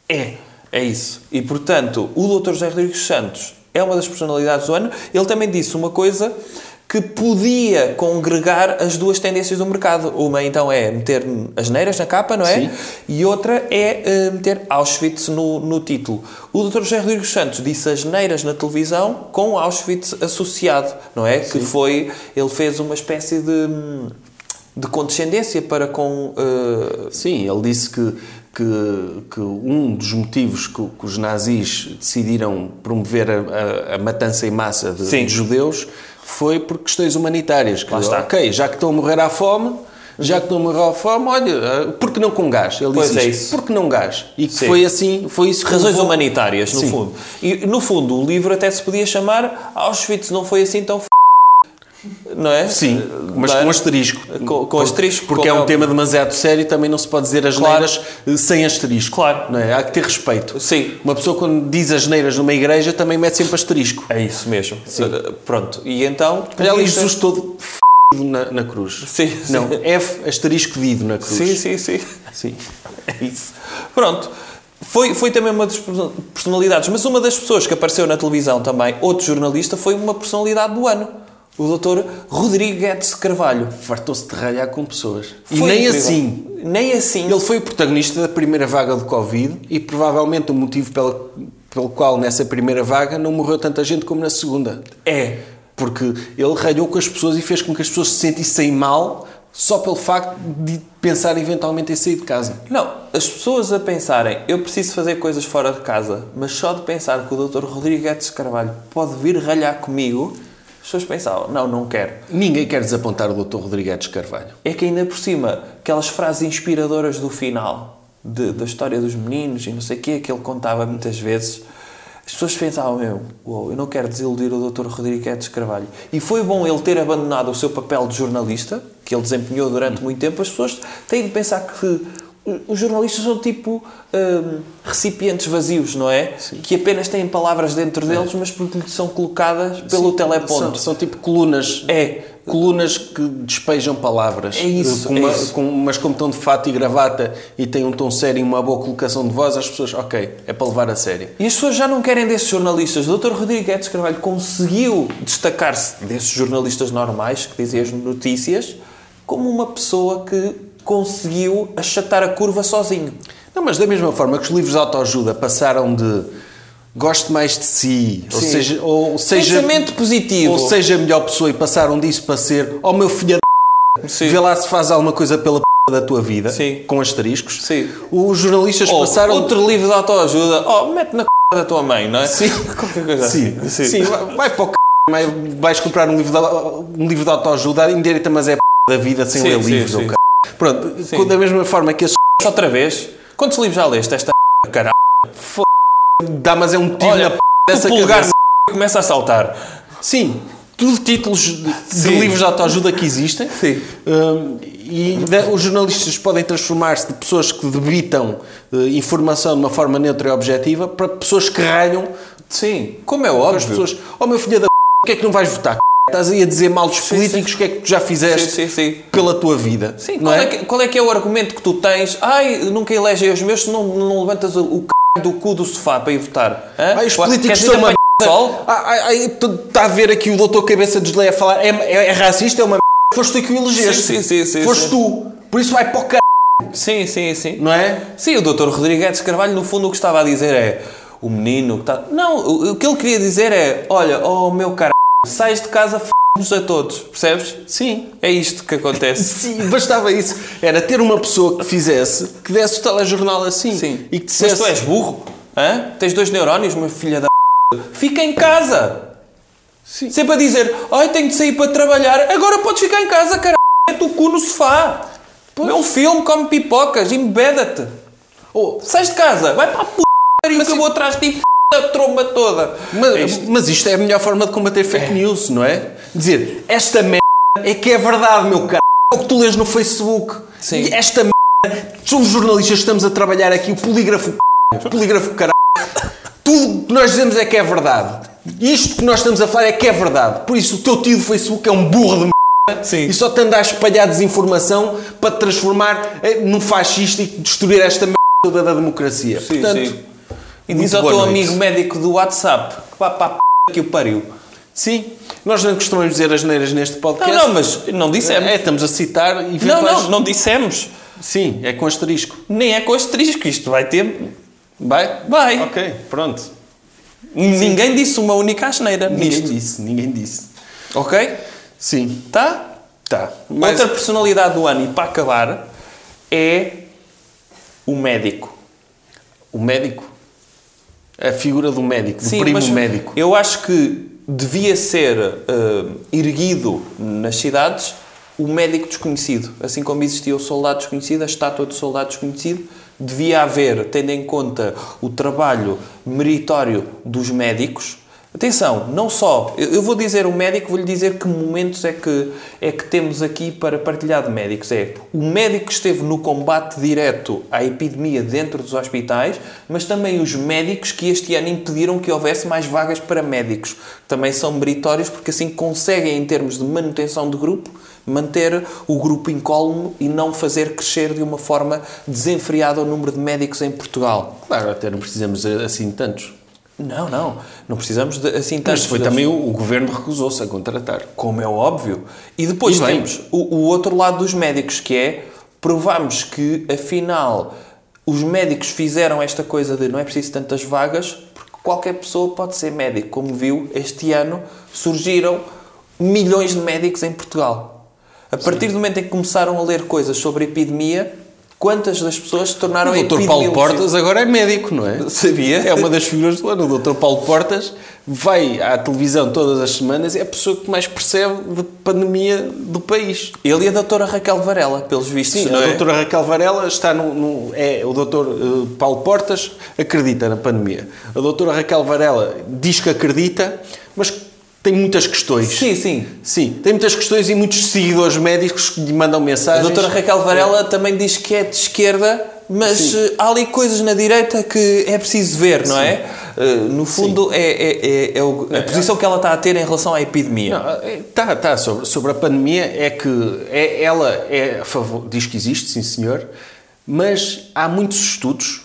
Speaker 2: É, é isso. E portanto, o Dr. José Rodrigues Santos é uma das personalidades do ano. Ele também disse uma coisa que podia congregar as duas tendências do mercado. Uma então é meter as neiras na capa, não é?
Speaker 1: Sim.
Speaker 2: E outra é eh, meter Auschwitz no, no título. O Dr. José Rodrigues Santos disse as neiras na televisão com Auschwitz associado, não é? Que foi, ele fez uma espécie de, hum, de condescendência para com eh,
Speaker 1: Sim, ele disse que, que, que um dos motivos que, que os nazis decidiram promover a, a- a matança em massa de,
Speaker 2: Sim.
Speaker 1: de judeus foi por questões humanitárias. Que,
Speaker 2: está.
Speaker 1: Ok, já que estão a morrer à fome, já que estão a morrer à fome, olha, ah, por que não com gás? Ele
Speaker 2: Pois
Speaker 1: disse
Speaker 2: é
Speaker 1: isto,
Speaker 2: isso.
Speaker 1: por que não gás? E que
Speaker 2: Sim.
Speaker 1: foi assim, foi isso que
Speaker 2: Razões hum,
Speaker 1: levou-
Speaker 2: humanitárias, no
Speaker 1: Sim.
Speaker 2: fundo. E, no fundo, o livro até se podia chamar Auschwitz não foi assim tão f... Não é?
Speaker 1: Sim, mas
Speaker 2: Não é?
Speaker 1: com asterisco.
Speaker 2: Com- com asterisco,
Speaker 1: Porque
Speaker 2: com-
Speaker 1: é um tema demasiado sério e também não se pode dizer as
Speaker 2: Claro.
Speaker 1: neiras eh, sem asterisco.
Speaker 2: Claro.
Speaker 1: Não é? Há que ter respeito.
Speaker 2: Sim.
Speaker 1: Uma pessoa quando diz as neiras numa igreja também mete sempre asterisco.
Speaker 2: É isso mesmo. Uh, Pronto. E então...
Speaker 1: Olha ali
Speaker 2: podia ser-
Speaker 1: Jesus todo f*** na, na cruz.
Speaker 2: Sim, sim.
Speaker 1: Não, F asterisco dido na cruz.
Speaker 2: Sim, sim, sim.
Speaker 1: Sim.
Speaker 2: É [laughs] isso. Pronto. Foi, foi também uma das perso- personalidades. Mas uma das pessoas que apareceu na televisão também, outro jornalista, foi uma personalidade do ano. O doutor Rodrigo Guedes Carvalho.
Speaker 1: Fartou-se de ralhar com pessoas. e
Speaker 2: Foi
Speaker 1: nem
Speaker 2: incrível.
Speaker 1: assim.
Speaker 2: Nem assim.
Speaker 1: Ele foi o protagonista da primeira vaga do Covid e provavelmente o motivo pela- pelo qual nessa primeira vaga não morreu tanta gente como na segunda.
Speaker 2: É.
Speaker 1: Porque ele ralhou com as pessoas e fez com que as pessoas se sentissem mal só pelo facto de pensar eventualmente em sair de casa.
Speaker 2: Não, as pessoas a pensarem, eu preciso fazer coisas fora de casa, mas só de pensar que o Dr. Rodrigo Guedes Carvalho pode vir ralhar comigo, as pessoas pensavam, não, não quero.
Speaker 1: Ninguém quer desapontar o Dr. Rodrigues Carvalho.
Speaker 2: É que ainda por cima, aquelas frases inspiradoras do final, de- da história dos meninos e não sei o quê, que ele contava muitas vezes, as pessoas pensavam mesmo, uou, eu não quero desiludir o Dr. Rodrigo Guedes Carvalho. E foi bom ele ter abandonado o seu papel de jornalista, que ele desempenhou durante muito tempo, as pessoas têm de pensar que o- os jornalistas são tipo hum, recipientes vazios, não é? Que apenas têm palavras dentro deles, mas porque lhes são colocadas pelo
Speaker 1: São,
Speaker 2: teleponto.
Speaker 1: são tipo colunas.
Speaker 2: É,
Speaker 1: Colunas que despejam palavras.
Speaker 2: É isso,
Speaker 1: Com
Speaker 2: é
Speaker 1: uma-
Speaker 2: isso.
Speaker 1: com- mas como estão de fato e gravata e têm um tom sério e uma boa colocação de voz, as pessoas, ok, é para levar a sério.
Speaker 2: E as pessoas já não querem desses jornalistas. O Dr. Rodrigo Guedes Carvalho conseguiu destacar-se desses jornalistas normais que diziam as notícias como uma pessoa que conseguiu achatar a curva sozinho.
Speaker 1: Não, mas da mesma forma que os livros de autoajuda passaram de goste mais de si, ou
Speaker 2: Sim.
Speaker 1: seja, ou seja,
Speaker 2: Pensamento positivo.
Speaker 1: ou seja a melhor pessoa e passaram disso para ser, oh meu filho,
Speaker 2: Sim.
Speaker 1: vê lá se faz alguma coisa pela p... da tua vida,
Speaker 2: Sim.
Speaker 1: com asteriscos.
Speaker 2: Sim. um
Speaker 1: Os jornalistas
Speaker 2: Ou
Speaker 1: passaram
Speaker 2: outro livro de autoajuda. Oh, mete na c... da tua mãe, não é?
Speaker 1: Sim.
Speaker 2: [laughs] Qualquer coisa
Speaker 1: Sim,
Speaker 2: assim.
Speaker 1: sim. vai, vai para o c... vai- vais comprar um livro de, um livro de autoajuda indireita, mas é p... da vida sem
Speaker 2: Sim,
Speaker 1: ler
Speaker 2: sim,
Speaker 1: livros.
Speaker 2: sim.
Speaker 1: ou c... Pronto, com- da mesma forma que esses
Speaker 2: Só Outra vez. Quantos livros já leste esta c... caralho?
Speaker 1: dá, mas é um tiro
Speaker 2: Olha,
Speaker 1: na p...
Speaker 2: o
Speaker 1: dessa
Speaker 2: pulgar
Speaker 1: cabeça.
Speaker 2: na c... começa a saltar.
Speaker 1: Sim, tudo títulos de, de
Speaker 2: Sim.
Speaker 1: livros de autoajuda que existem.
Speaker 2: Sim.
Speaker 1: Hum, e da- os jornalistas podem transformar-se de pessoas que debitam eh, informação de uma forma neutra e objetiva para pessoas que ralham
Speaker 2: Sim. Como é
Speaker 1: para as
Speaker 2: óbvio.
Speaker 1: pessoas. Oh meu filho da p... porque é que não vais votar? c***? Estás aí a dizer mal dos políticos, o que é que tu já fizeste
Speaker 2: Sim, sim, sim.
Speaker 1: pela tua vida?
Speaker 2: Sim,
Speaker 1: não
Speaker 2: qual é? que, qual é que é o argumento que tu tens? Ai, nunca elegem os meus se não, não levantas o, o c... do cu do sofá para ir votar. Hã? é
Speaker 1: Ai, os
Speaker 2: Ué,
Speaker 1: políticos
Speaker 2: queres ir
Speaker 1: são uma
Speaker 2: apanhar sol?
Speaker 1: Ah, Está tá a ver aqui o doutor Cabeça de Geleia a falar. É, é- é racista, é uma m****. Foste tu que o elegeste.
Speaker 2: Sim, sim, sim, sim,
Speaker 1: Foste
Speaker 2: sim.
Speaker 1: tu. Por isso vai para o c...
Speaker 2: Sim, sim, sim.
Speaker 1: não é?
Speaker 2: Sim, o Dr. Rodrigues Carvalho, no fundo, o que estava a dizer é o menino que está. Não, o, o que ele queria dizer é: olha, oh meu caralho, sais de casa, f***nos a todos, percebes?
Speaker 1: Sim.
Speaker 2: É isto que acontece.
Speaker 1: Sim, bastava isso. Era ter uma pessoa que fizesse, que desse o telejornal assim
Speaker 2: Sim.
Speaker 1: e que
Speaker 2: Mas
Speaker 1: dissesse.
Speaker 2: tu és burro? Hã? Tens dois neurónios, meu filha da p***. Fica em casa!
Speaker 1: Sim.
Speaker 2: Sempre a dizer, ai, tenho de sair para trabalhar. Agora podes ficar em casa, caralho. Mete o cu no sofá. Vê um filme, come pipocas, embeda-te.
Speaker 1: Oh,
Speaker 2: Sais de casa, vai para a p*** e eu vou atrás de ti, p***, a tromba toda.
Speaker 1: mas,
Speaker 2: É isto.
Speaker 1: mas isto é a melhor forma de combater fake news, não é? Dizer, esta merda é que é verdade, meu cara. É o que tu lês no Facebook.
Speaker 2: Sim.
Speaker 1: E esta merda, somos jornalistas, estamos a trabalhar aqui, o polígrafo, c****, o polígrafo, caralho. Tudo que nós dizemos é que é verdade. Isto que nós estamos a falar é que é verdade. Por isso, o teu tio do Facebook é um burro de merda.
Speaker 2: Sim.
Speaker 1: E só te anda a espalhar desinformação para te transformar eh, num fascista e destruir esta merda toda da democracia.
Speaker 2: Sim,
Speaker 1: Portanto,
Speaker 2: sim. E
Speaker 1: muito
Speaker 2: diz ao
Speaker 1: boa
Speaker 2: teu
Speaker 1: noite.
Speaker 2: amigo médico do WhatsApp, vá para a p*** que o pariu.
Speaker 1: Sim, nós não costumamos dizer as neiras neste
Speaker 2: Não,
Speaker 1: podcast.
Speaker 2: não, mas não dissemos.
Speaker 1: É, estamos a citar
Speaker 2: é assim- não,
Speaker 1: eventuais...
Speaker 2: não, não dissemos.
Speaker 1: Sim, é com asterisco.
Speaker 2: Nem é com asterisco, isto vai ter...
Speaker 1: Vai?
Speaker 2: Vai.
Speaker 1: Ok, pronto.
Speaker 2: Ninguém disse uma única asneira
Speaker 1: Ninguém
Speaker 2: nisto.
Speaker 1: disse, ninguém disse.
Speaker 2: Ok?
Speaker 1: Sim,
Speaker 2: Tá?
Speaker 1: tá. Mas
Speaker 2: Outra personalidade do ano, e para acabar, é o médico.
Speaker 1: o médico, a figura do médico, do primo
Speaker 2: mas
Speaker 1: médico.
Speaker 2: Eu acho que devia ser hum, erguido nas cidades o médico desconhecido. Assim como existia o soldado desconhecido, a estátua do soldado desconhecido, devia haver, tendo em conta o trabalho meritório dos médicos. Atenção, não só, eu eu vou dizer o médico, vou-lhe dizer que momentos é que, é que temos aqui para partilhar de médicos. É o médico que esteve no combate direto à epidemia dentro dos hospitais, mas também os médicos que este ano impediram que houvesse mais vagas para médicos. Também são meritórios porque assim conseguem, em termos de manutenção de grupo, manter o grupo incólume e não fazer crescer de uma forma desenfreada o número de médicos em Portugal.
Speaker 1: Claro, até não precisamos assim de tantos.
Speaker 2: Não, não. Não precisamos de, assim tanto.
Speaker 1: Mas foi também o, o governo recusou-se a contratar.
Speaker 2: Como é óbvio. E depois
Speaker 1: E bem.
Speaker 2: temos o, o outro lado dos médicos, que é provamos que, afinal, os médicos fizeram esta coisa de não é preciso tantas vagas, porque qualquer pessoa pode ser médico. Como viu, este ano surgiram milhões de médicos em Portugal. A partir do momento em que começaram a ler coisas sobre epidemia, quantas das pessoas se tornaram
Speaker 1: O Dr. Paulo
Speaker 2: epidemiologistas?
Speaker 1: Portas agora é médico, não é?
Speaker 2: é Sabia?
Speaker 1: É uma das figuras do ano. O Dr. Paulo Portas vai à televisão todas as semanas e é a pessoa que mais percebe de pandemia do país.
Speaker 2: Ele e a doutora Raquel Varela, pelos vistos,
Speaker 1: Sim,
Speaker 2: não
Speaker 1: a
Speaker 2: é?
Speaker 1: doutora Raquel Varela está no... no- é, o Dr. eh, Paulo Portas acredita na pandemia. A doutora Raquel Varela diz que acredita, mas tem muitas questões.
Speaker 2: Sim, sim.
Speaker 1: Sim, tem muitas questões e muitos seguidores médicos que lhe mandam
Speaker 2: A
Speaker 1: mensagens.
Speaker 2: doutora Raquel Varela também diz que é de esquerda, mas eh, há ali coisas na direita que é preciso ver, não é? Eh, no fundo, é, é- é- é o- a posição que ela está a ter em relação à epidemia.
Speaker 1: Não, é, tá, tá, sobre, sobre a pandemia é que é, ela é a favor, diz que existe, sim senhor, mas há muitos estudos,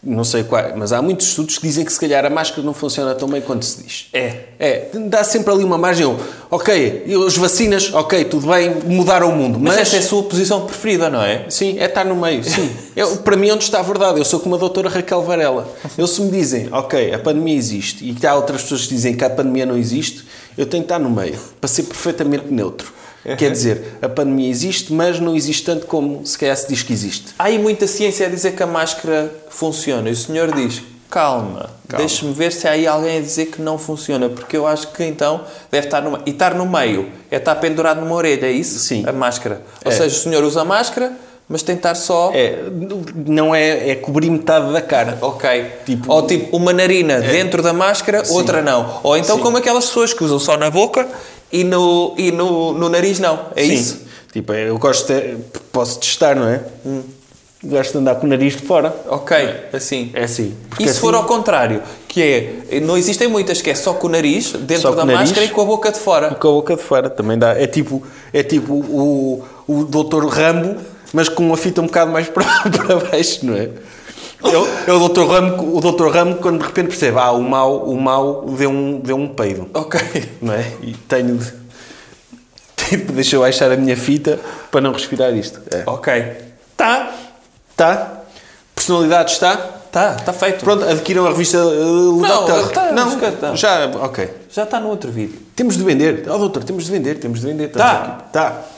Speaker 1: não sei quais, mas há muitos estudos que dizem que se calhar a máscara não funciona tão bem quanto se diz.
Speaker 2: É.
Speaker 1: É, dá sempre ali uma margem, um, ok, e as vacinas, ok, tudo bem, mudaram o mundo,
Speaker 2: Mas,
Speaker 1: mas...
Speaker 2: essa é a sua posição preferida, não é?
Speaker 1: Sim, é estar no meio, sim. Eu, para mim, onde está a verdade? Eu sou como a doutora Raquel Varela. Eu, se me dizem, ok, a pandemia existe, e que há outras pessoas que dizem que a pandemia não existe, eu tenho que estar no meio, para ser perfeitamente neutro. Quer dizer, a pandemia existe, mas não existe tanto como se calhar se diz que existe.
Speaker 2: Há aí muita ciência a dizer que a máscara funciona. E o senhor diz, calma, deixe-me ver se há aí alguém a dizer que não funciona, porque eu acho que então deve estar no meio. E estar no meio é estar pendurado numa orelha, é isso?
Speaker 1: Sim.
Speaker 2: A máscara. Ou seja, o senhor usa a máscara, mas tem de estar só...
Speaker 1: É, não é, é cobrir metade da cara.
Speaker 2: Ok.
Speaker 1: Tipo- É.
Speaker 2: ou tipo, uma narina dentro da máscara, outra não. Ou então
Speaker 1: Sim.
Speaker 2: como aquelas pessoas que usam só na boca e no, e no, no nariz não. É
Speaker 1: Sim.
Speaker 2: isso?
Speaker 1: Tipo, eu gosto de, posso testar, não é? Gosto de andar com o nariz de fora.
Speaker 2: Ok, assim.
Speaker 1: É assim. Porque
Speaker 2: E se
Speaker 1: assim-
Speaker 2: for ao contrário, que é, não existem muitas, que é só com o nariz, dentro
Speaker 1: Só com
Speaker 2: da
Speaker 1: o nariz.
Speaker 2: máscara e com a boca de fora.
Speaker 1: Com a boca de fora também dá. É tipo, é tipo o, o Dr. Rambo, mas com uma fita um bocado mais [laughs] para, para baixo, não é? É o- é o Dr. Rambo, o Dr. Rambo quando de repente percebe, ah, o mau, o mau deu um, deu um peido,
Speaker 2: Ok. [laughs]
Speaker 1: não é? E tenho de. [laughs] Tipo, deixa eu baixar a minha fita para não respirar isto. É.
Speaker 2: Ok. Tá.
Speaker 1: Tá? Personalidade está?
Speaker 2: Tá, tá feito.
Speaker 1: Pronto, adquiram a revista uh,
Speaker 2: Não,
Speaker 1: Doctor.
Speaker 2: tá, busca, tá.
Speaker 1: já, ok.
Speaker 2: Já está no outro vídeo.
Speaker 1: Temos de vender. Ó, doutor, temos de vender, temos de vender.
Speaker 2: Tá.
Speaker 1: Estamos aqui. Tá.